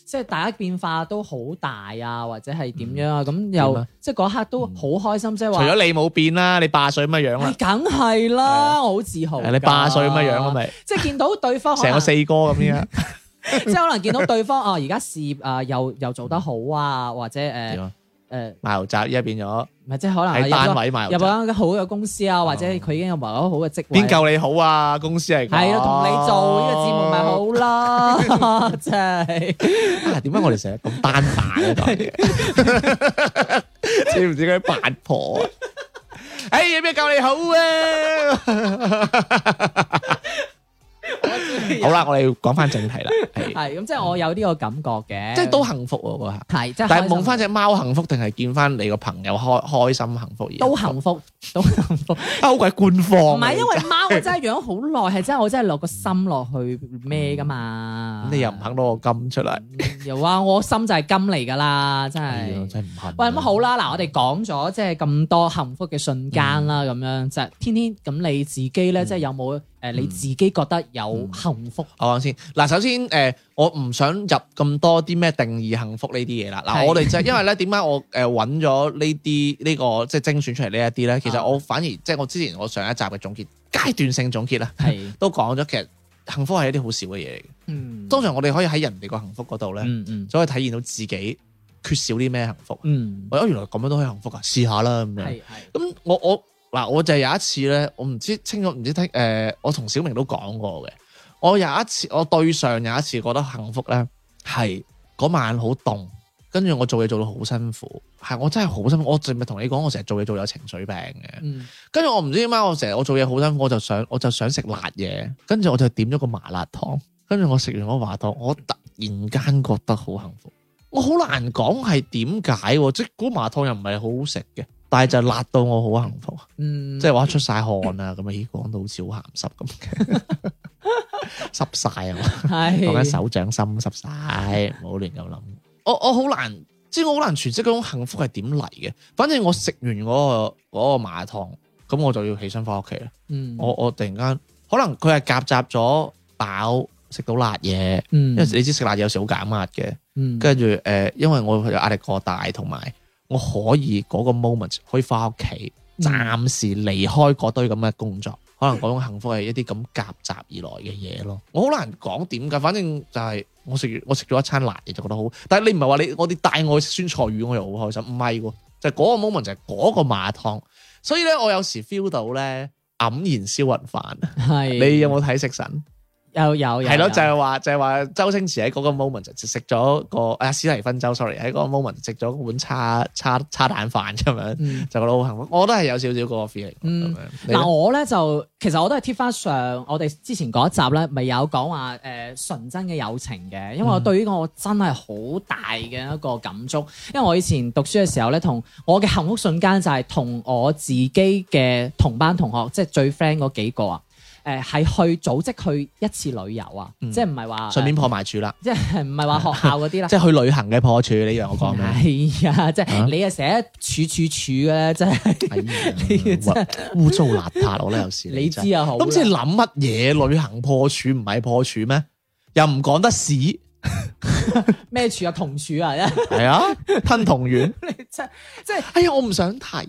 B: 即係大家變化都好大啊，或者係點樣啊？咁
A: 點
B: 又
A: 啊
B: 即係嗰刻都好開心，即係
A: 除
B: 話
A: 咗你冇變啦，你八歲咁嘅樣啦
B: 哎，梗係啦，我好自豪㗎。
A: 誒你八歲咁嘅樣啦咪，
B: 即係見到對方可
A: 成個
B: 能
A: 四哥咁 樣，
B: 即係可能見到對方啊， 而家事業啊又又做得好啊，或者
A: 點
B: 誒
A: 啊
B: 誒，
A: 賣油宅依家變咗
B: 唔係即係可能
A: 喺
B: 啊入咗
A: 單位啊賣
B: 入
A: 油宅。
B: 咗間好嘅公司啊，或者佢已經有埋好嘅職位
A: 哦邊。夠你好啊？公司嚟講
B: 係啊，同你做呢個節目咪好
A: 哦
B: 啦， 真係
A: 啊？點解我哋成日咁單打嘅講嘢？ 知唔知佢八婆啊？哎，有咩夠你好 啊？好啦，我哋要講翻正題啦，係
B: 係咁，即係我有呢個感覺嘅，
A: 即係都幸福喎嗰下。
B: 係即係開心，
A: 但係夢翻只貓幸福，定係見翻你個朋友開開心幸福而啊
B: 都幸福，都幸福。唔
A: 啊好鬼官方啊。
B: 係因為貓我真係養好耐，係真係我真係落個心落去咩噶嘛。
A: 咁你又唔肯攞個金出嚟，
B: 又話我心就係金嚟㗎啦，真
A: 哎呀
B: 係。
A: 真係唔肯。
B: 喂，咁好啦，嗱，我哋講咗即係咁多幸福嘅瞬間啦，咁樣就係天天咁你自己咧，即係有冇誒你自己覺得有 幸福？
A: 我講先，嗱，首先誒、呃我唔想入咁多啲咩定義幸福呢啲嘢啦。嗱，
B: 係
A: 我哋就因為咧，點解我誒 揾咗呢啲呢個即係精選出嚟呢一啲咧？其
B: 啊
A: 實我反而即係我之前我上一集嘅總結階段性總結啦，
B: 係，
A: 都講咗其實幸福係一啲好少嘅嘢嚟嘅。
B: 嗯，
A: 通常我哋可以喺人哋個幸福嗰度咧，
B: 嗯嗯
A: 就可以體現到自己缺少啲咩幸福。
B: 嗯，
A: 我、哦、原來咁樣都可以幸福啊！試下啦咁樣。
B: 係係，
A: 咁我我嗱，我就有一次咧，我唔知清楚唔知聽誒、呃我同小明都講過嘅。我有一次，我對上有一次覺得幸福咧，係嗰晚好凍，跟住我做嘢做到好辛苦，係我真係好辛苦。我淨係同你講，我成日做嘢做到有情緒病嘅。
B: 嗯，
A: 跟住我唔知點解，我成日我做嘢好辛苦，我就想我就想食辣嘢，跟住我就點咗個麻辣燙，跟住我食完嗰個麻辣燙，我突然間覺得好幸福。我好難講係點解喎，即係嗰麻辣燙又唔係好好食嘅，但係就辣到我好幸福。
B: 嗯，
A: 即係話出晒汗啊，咁啊，咦，講到好似好鹹濕咁 嘅，濕晒啊！
B: 係
A: 講緊手掌心濕晒，唔好亂咁諗。我我好難，即係我好難詮釋嗰種幸福係點嚟嘅。反正我食完嗰、個嗰個麻辣燙，咁我就要起身翻屋企啦。
B: 嗯，
A: 我我突然間，可能佢係夾雜咗飽食到辣嘢，
B: 嗯，
A: 因為你知食辣嘢有時好減壓嘅。
B: 嗯
A: 跟住誒，呃因為我有壓力過大，同埋我可以嗰個 moment 可以翻屋企，
B: 嗯
A: 暫時離開嗰堆咁嘅工作，可能嗰種幸福係一啲咁夾雜而來嘅嘢咯。
B: 嗯
A: 我好難講點㗎，反正就係我食完我食咗一餐辣嘢就覺得好，但係你唔係話你我哋帶我去食酸菜魚我又好開心，唔係喎，就係嗰個 moment 就係嗰個麻辣燙，所以咧我有時 feel 到咧黯然銷魂飯。
B: 係
A: 你有冇睇食神？
B: 有哦有有
A: 係咯，
B: 有
A: 就係話就係話周星馳喺嗰個 moment 就食咗個啊史提芬周，sorry 喺嗰個 moment 食咗碗叉叉叉蛋飯咁樣，
B: 嗯
A: 就覺得好幸福。我都係有少少嗰個 feel
B: 嗯
A: 咁樣。你
B: 嗱，
A: 呢
B: 我咧就其實我都係貼翻上我哋之前嗰一集咧，咪有講話誒純真嘅友情嘅，因為
A: 嗯
B: 我對於我真係好大嘅一個感觸，因為我以前讀書嘅時候咧，同我嘅幸福瞬間就係同我自己嘅同班同學，即係最 friend 嗰幾個啊，誒、係去組織去一次旅遊啊，
A: 嗯
B: 即係唔係話
A: 順便破埋處啦，
B: 即係唔係話學校嗰啲 啦
A: 即。係去旅行嘅破處，你讓我 講咩？
B: 係啊，即
A: 啊
B: 係你啊寫得處處處嘅咧，真係
A: 哎呀
B: 你真
A: 污污糟邋遢，我咧有時
B: 你
A: 真
B: 知
A: 係
B: 啊，好啦
A: 咁即係諗乜嘢旅行破處唔係破處咩？又唔講得 屎，
B: 咩處啊同處啊，
A: 係啊，吞同丸。
B: 即係即係
A: 哎呀，我唔想睇 啊！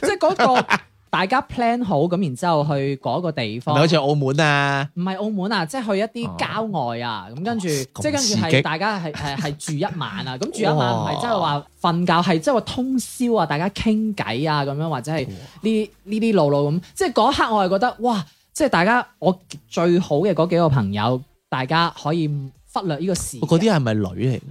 B: 即係嗰個大家 plan 好咁，然之後去嗰個地
A: 係咪
B: 方
A: 好，似澳門啊？
B: 唔係澳門啊，即係去一啲郊外啊，咁跟住
A: 咁
B: 即係跟住
A: 刺激
B: 係大家係係係住一晚 啊，咁住一晚唔
A: 哇
B: 係即係話瞓覺，係即係話通宵啊，大家傾偈啊咁樣，或者係呢呢啲路路咁，即係嗰一刻我係覺得哇，即係大家我最好嘅嗰幾個朋友，大家可以忽略呢個時間，
A: 哦
B: 哎
A: 嗰啲係咪女嚟㗎？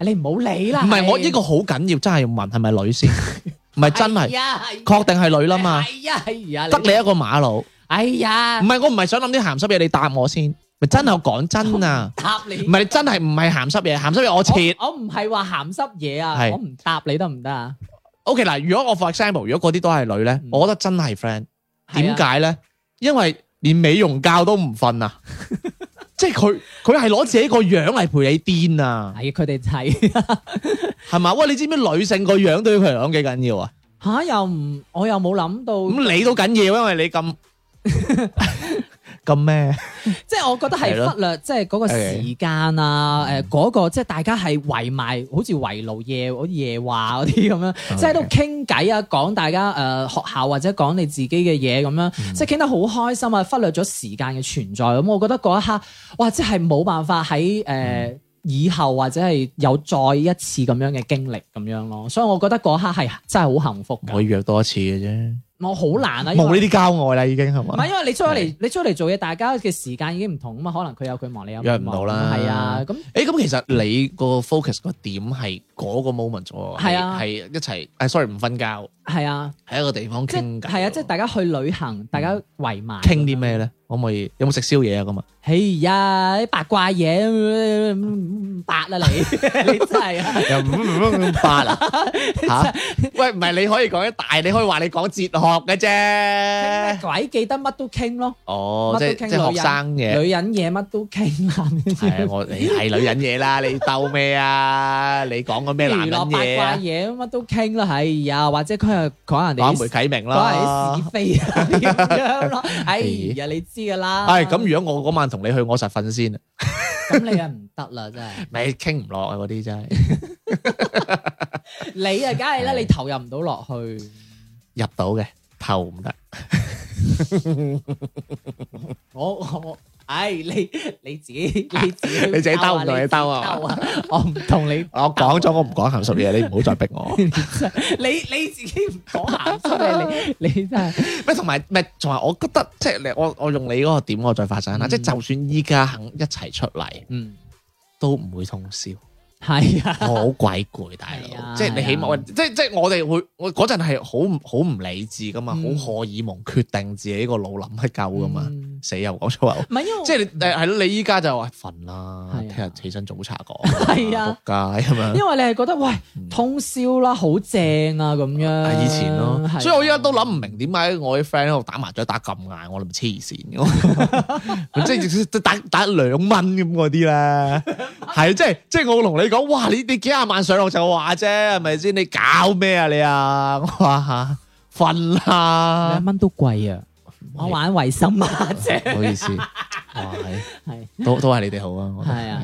B: 你唔好理啦，
A: 唔係，我呢個好緊要，真係要問係咪女 先，唔係
B: 哎
A: 真係，確定係女啦嘛，
B: 啊係啊係啊，
A: 得你一個馬佬。唔
B: 哎呀，
A: 係，我唔係想諗啲鹹濕嘢，你答我先。咪真係我講真啊，
B: 答你
A: 唔係真係唔係鹹濕嘢，鹹濕嘢我切。
B: 我我唔係話鹹濕嘢啊，
A: 係
B: 我唔答你得唔得啊？
A: OK 嗱，如果我 for example，如果嗰啲都係女咧
B: 嗯，
A: 我覺得真係 friend。
B: 係啊
A: 點？解咧？因為連美容覺都唔瞓 啊，即係佢佢係攞自己個樣嚟陪你癲啊，
B: 係 佢哋睇
A: 係嘛？喂，你知唔知女性個樣對於佢嚟講幾緊要啊？
B: 吓，又唔我又冇諗到，
A: 咁你都緊要，因為你咁咁咩？
B: 即係我覺得
A: 係嗯咯
B: 係忽略，即係嗰個時間啊，誒嗰個即係大家係圍埋，好似圍爐夜好似夜話嗰啲 咁樣，即係喺度傾偈啊，講大家誒學校或者講你自己嘅嘢咁
A: 嗯
B: 樣，即係傾得好開心啊，忽略咗時間嘅存在咁，我覺得嗰一刻哇，即係冇辦法喺
A: 嗯
B: 誒。以後或者係有再一次咁樣嘅經歷咁樣咯，所以我覺得嗰一刻係真係好幸福㗎
A: 我約多一次嘅啫，
B: 我好難啊，因為
A: 冇呢啲郊外啦，已經係
B: 唔
A: 嘛
B: 係？因為你出咗
A: 係
B: 嚟，你出咗嚟做嘢，大家嘅時間已經唔同啊嘛，可能佢有佢忙，你有
A: 約
B: 佢
A: 唔
B: 忙
A: 到啦
B: 係啊，咁
A: 誒，咁其實你個 focus 個點係嗰個 moment 咗，
B: 係啊
A: 係一齊，誒，sorry à, 唔瞓覺，
B: 係啊，
A: 喺一個地方
B: 即
A: 傾偈，
B: 係係啊，即係大家去旅行，大家圍埋
A: 傾啲咩咧？可唔可以？有冇食宵夜啊？咁啊，
B: 哎呀，啲八卦嘢嗯八啦 你，你真係啊，
A: 又唔唔八啊？嚇？喂，唔係你可以講一大，你可以話你講哲學嘅
B: 傾咩
A: 啫。
B: 鬼記得乜都傾咯，
A: 哦，即係
B: 乜
A: 即
B: 都傾
A: 係學生嘢。
B: 女人嘢乜都傾
A: 係啊，
B: 啦，
A: 我你係女人嘢啦，你鬥咩啊？你講個咩男人
B: 娛樂八
A: 嘢
B: 卦
A: 啊？
B: 嘢乜都傾啦，哎呀，或者佢係講
A: 講
B: 人哋
A: 梅
B: 啲。
A: 啟明
B: 講下
A: 啦
B: 啲。是非啊 咁樣咯，哎呀，你知噶啦。
A: 系咁，如果我嗰晚同你去，我實瞓先啊，
B: 咁你啊唔得啦，真係
A: 咪傾唔落啊嗰啲真係
B: 你啊，梗係啦，
A: 係
B: 你投入唔到落去，
A: 入到嘅，頭唔得。
B: 我我我，唉，你你 自己你自己
A: 你自己兜唔同你兜啊
B: 兜啊，我唔 同你，
A: 我講咗我唔講鹹濕嘢，你唔好再逼 我。
B: 你你自己唔講鹹濕嘅， 你你真係
A: 咩同埋咩同埋，我覺得即係你我我用你嗰個點，我再發展啦。
B: 嗯
A: 即係就算依家肯一齊出嚟，
B: 嗯
A: 都唔會通宵。
B: 係啊，
A: 好鬼攰，大
B: 係
A: 佬
B: 啊！
A: 即係你起
B: 係
A: 碼，
B: 啊
A: 即係即係我哋會，我嗰陣係好唔好唔理智噶嘛，好
B: 嗯
A: 荷爾蒙決定自己個腦諗乜鳩噶嘛，
B: 嗯
A: 死又講粗 口。
B: 唔係因為
A: 即係你誒係咯，你依家就話瞓啦，
B: 係啊
A: 聽日起身早茶講，
B: 係啊
A: 仆街咁樣。
B: 因為你係覺得喂
A: 嗯
B: 通宵啦，好正啊咁
A: 啊
B: 樣。
A: 以前咯，
B: 嗯係
A: 所以我依家都諗唔明點解我啲 friend 喺度打麻雀打咁嗌，我哋咪黐線嘅， 即係即係打打兩蚊咁嗰啲 咧，係即係即係我同你講，哇！你你幾廿萬上落就話啫，係咪先？你搞咩啊你啊？我 話嚇瞓啦
B: 兩，蚊都貴啊！我玩維心啊，姐
A: 唔好意 思，哇！係
B: 係
A: 都都係你哋好啊，我覺得
B: 係啊，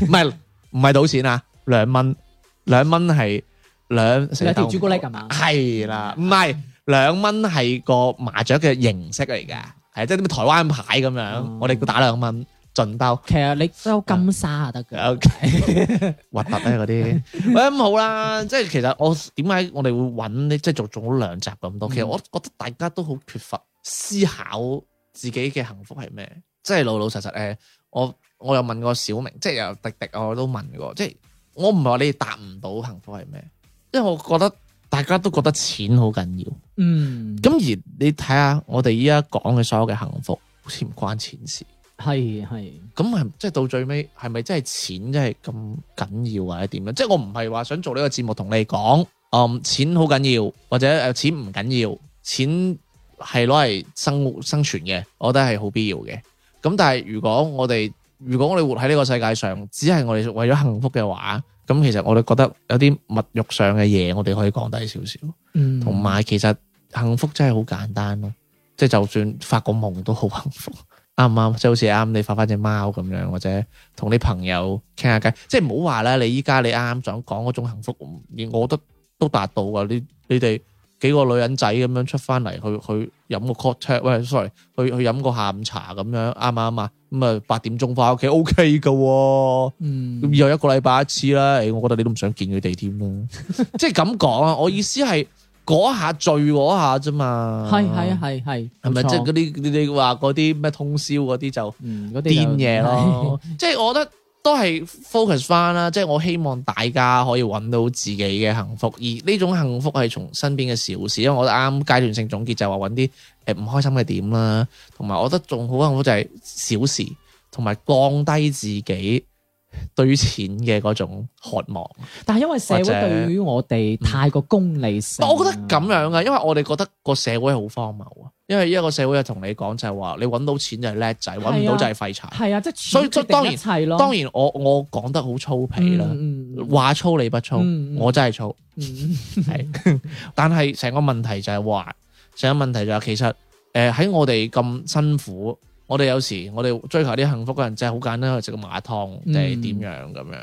A: 唔係唔係賭錢啊，兩蚊兩蚊係兩
B: 兩條朱古力係嘛
A: 係啦，唔係兩蚊係個麻雀嘅形式嚟嘅，係即係啲咩台灣牌咁樣
B: 哦，
A: 我哋打兩蚊盡兜。
B: 其實你收金沙就得㗎。
A: OK，核突啊咧嗰啲，喂咁好啦，即係其實我點解我哋會揾呢？即係做做咗兩集咁多，其實
B: 嗯
A: 我覺得大家都好缺乏思考自己嘅幸福係咩，即係老老實實誒，我我又問過小明，即係又迪迪，我都問過，即係我唔係話你哋答唔到幸福係咩，因為我覺得大家都覺得錢好緊要，
B: 嗯，
A: 咁而你睇下我哋依家講嘅所有嘅幸福，好似唔關錢事。
B: 係係
A: 咁係即係到最尾係咪真係錢真係咁緊要或者點咧？即係我唔係話想做呢個節目同你講，嗯，錢好緊要或者誒錢唔緊要，錢係攞嚟生活生存嘅，我覺得係好必要嘅。咁但係如果我哋如果我哋活喺呢個世界上，只係我哋為咗幸福嘅話，咁其實我哋覺得有啲物欲上嘅嘢，我哋可以降低少少。
B: 嗯，
A: 同埋其實幸福真係好簡單咯，即係就算發個夢都好幸福， 啱唔啱？即係好似啱你發翻只貓咁樣，或者同啲朋友傾下偈，即係唔好話啦。你依家你啱啱想講嗰種幸福，我覺得都達到噶。你你哋幾個女人仔咁樣出翻嚟去去飲個 cocktail，喂，sorry，去去飲個下午茶咁樣，啱唔啱啊？咁啊八點鐘翻屋企 OK 噶喎、
B: 嗯
A: 咁以後一個禮拜一次啦，誒，我覺得你都唔想見佢哋添 啦，即係咁講啊！我意思係嗰下醉嗰下啫嘛，
B: 係係係係，
A: 啊係咪
B: 冇錯
A: 即係嗰啲你你話嗰啲咩通宵嗰啲就
B: 嗯嗰啲
A: 癲
B: 就
A: 嘢？咯？即係我覺得都係 focus 翻啦，即係我希望大家可以揾到自己嘅幸福，而呢種幸福係從身邊嘅小事，因為我覺得啱階段性總結就係話揾啲誒唔開心嘅點啦，同埋我覺得仲好幸福就係小事，同埋降低自己對於錢嘅嗰種渴望。
B: 但係因為社會
A: 或者
B: 對於我哋太過功利性，
A: 我覺得咁樣啊，因為我哋覺得個社會好荒謬啊，因為依家個社會就同你講就係話你揾到錢就係叻仔，揾唔到就係廢柴。
B: 係啊，即係
A: 所以
B: 決定
A: 當然
B: 一切咯，
A: 當然我我講得好粗鄙啦，
B: 嗯，嗯
A: 話粗理不粗，
B: 嗯嗯
A: 我真係 粗。
B: 嗯
A: 係，但係成個問題就係話，成個問題就係其實誒喺、我哋咁辛苦，我哋有時我哋追求啲幸福嗰陣，真係好簡單去食個麻辣湯定係點樣咁樣，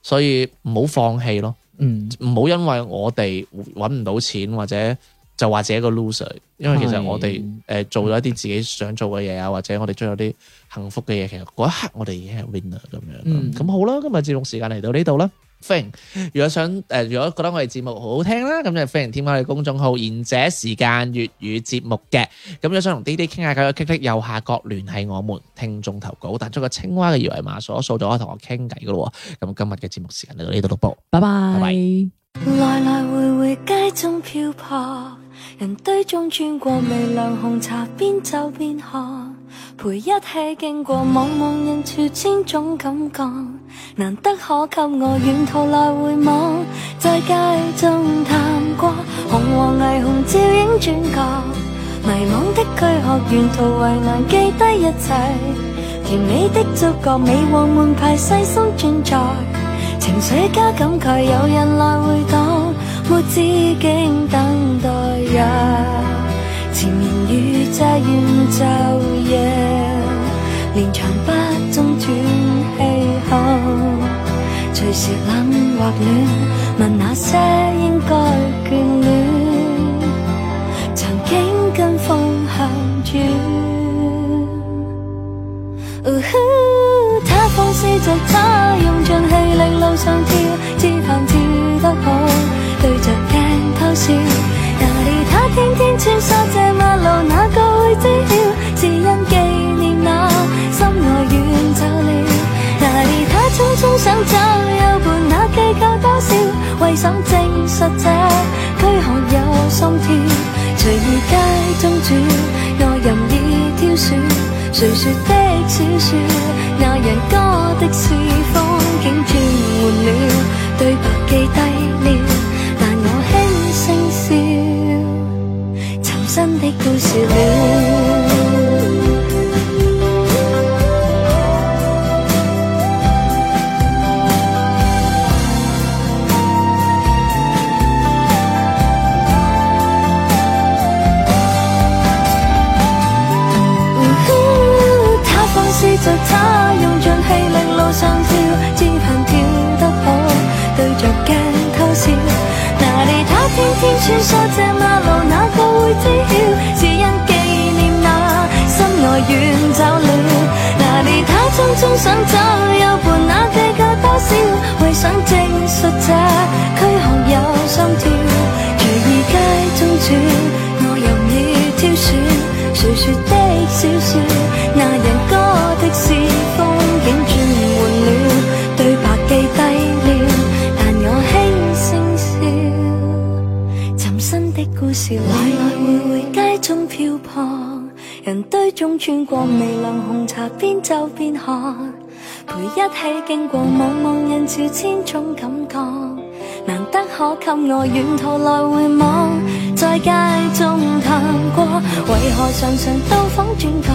A: 所以唔好放棄咯，
B: 嗯
A: 唔好因為我哋揾唔到錢或者就話自己一個 loser，因為其實
B: 係
A: 我哋誒、做咗一啲自己想做嘅嘢啊，或者我哋追求啲幸福嘅嘢，其實嗰一刻我哋已經係 winner 咁樣。
B: 嗯
A: 咁好啦，今日節目時間嚟到呢度啦。歡迎，如果想誒、呃如果覺得我哋節目好好聽啦，咁就歡迎添加我哋公眾號《賢者時間粵語節目》嘅。咁如果想同 D D 傾下偈，可以 click click 右下角聯繫我們聽眾投稿，彈出個青蛙嘅二維碼掃一掃就可以同我傾偈噶咯喎。咁今日嘅節目時間嚟到呢度咯噃。
B: 拜
A: 拜
B: 拜。
F: 来来回回街中漂泊，人堆中穿過微涼紅茶，邊走邊看，陪一起經過茫茫人潮，千種感覺，難得可給我沿途來回望，在街中探過紅黃霓虹照影轉角，迷惘的軀殼，沿途為難記低一切，甜美的觸覺，美和門牌細心轉載。情緒加感慨，有人來回蕩，沒止境等待也，纏綿於這遠晝夜，連長不中斷氣候，隨時冷或暖，問那些應該眷戀，曾經跟風向轉。呜呼，他放肆着他，用盡氣力路上跳，自彈自得好，對着鏡偷笑。哪理他天天穿梭這馬路，哪個會知曉？是因紀念那心愛遠走了。哪理他匆匆想找，有伴那街怎證實這驅寒有心跳？隨意街中轉，我任意挑選。誰說的小説？那人歌的是風景轉換了，對白記低了，但我輕聲笑，尋新的故事了。他放肆着他，用盡氣力路上跳，只盼跳得好，對着鏡偷笑。哪里他天天穿梭這馬路，哪個會知曉？是因紀念那心愛遠走了。哪里他匆匆想走，又伴那地界多少，為想證實這驅寒有心跳。如意街中轉，我任意挑選。誰說的小説？那人歌的是風景轉換了，對白記低了，但我輕聲笑，尋新的故事來來回回街中漂泊，人堆中穿過微涼紅茶邊走邊看，陪一起經過茫茫人潮千種感覺。難得可給我沿途來回望，在街中探過，為何常常到訪轉角？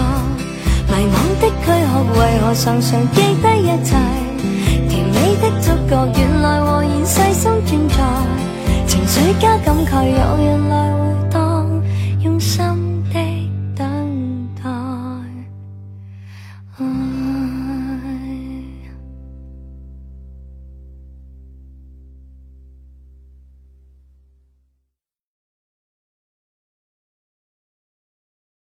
F: 迷惘的軀殼，為何常常記低一切？甜美的觸覺，原來和現世心轉載，情緒加感慨，有人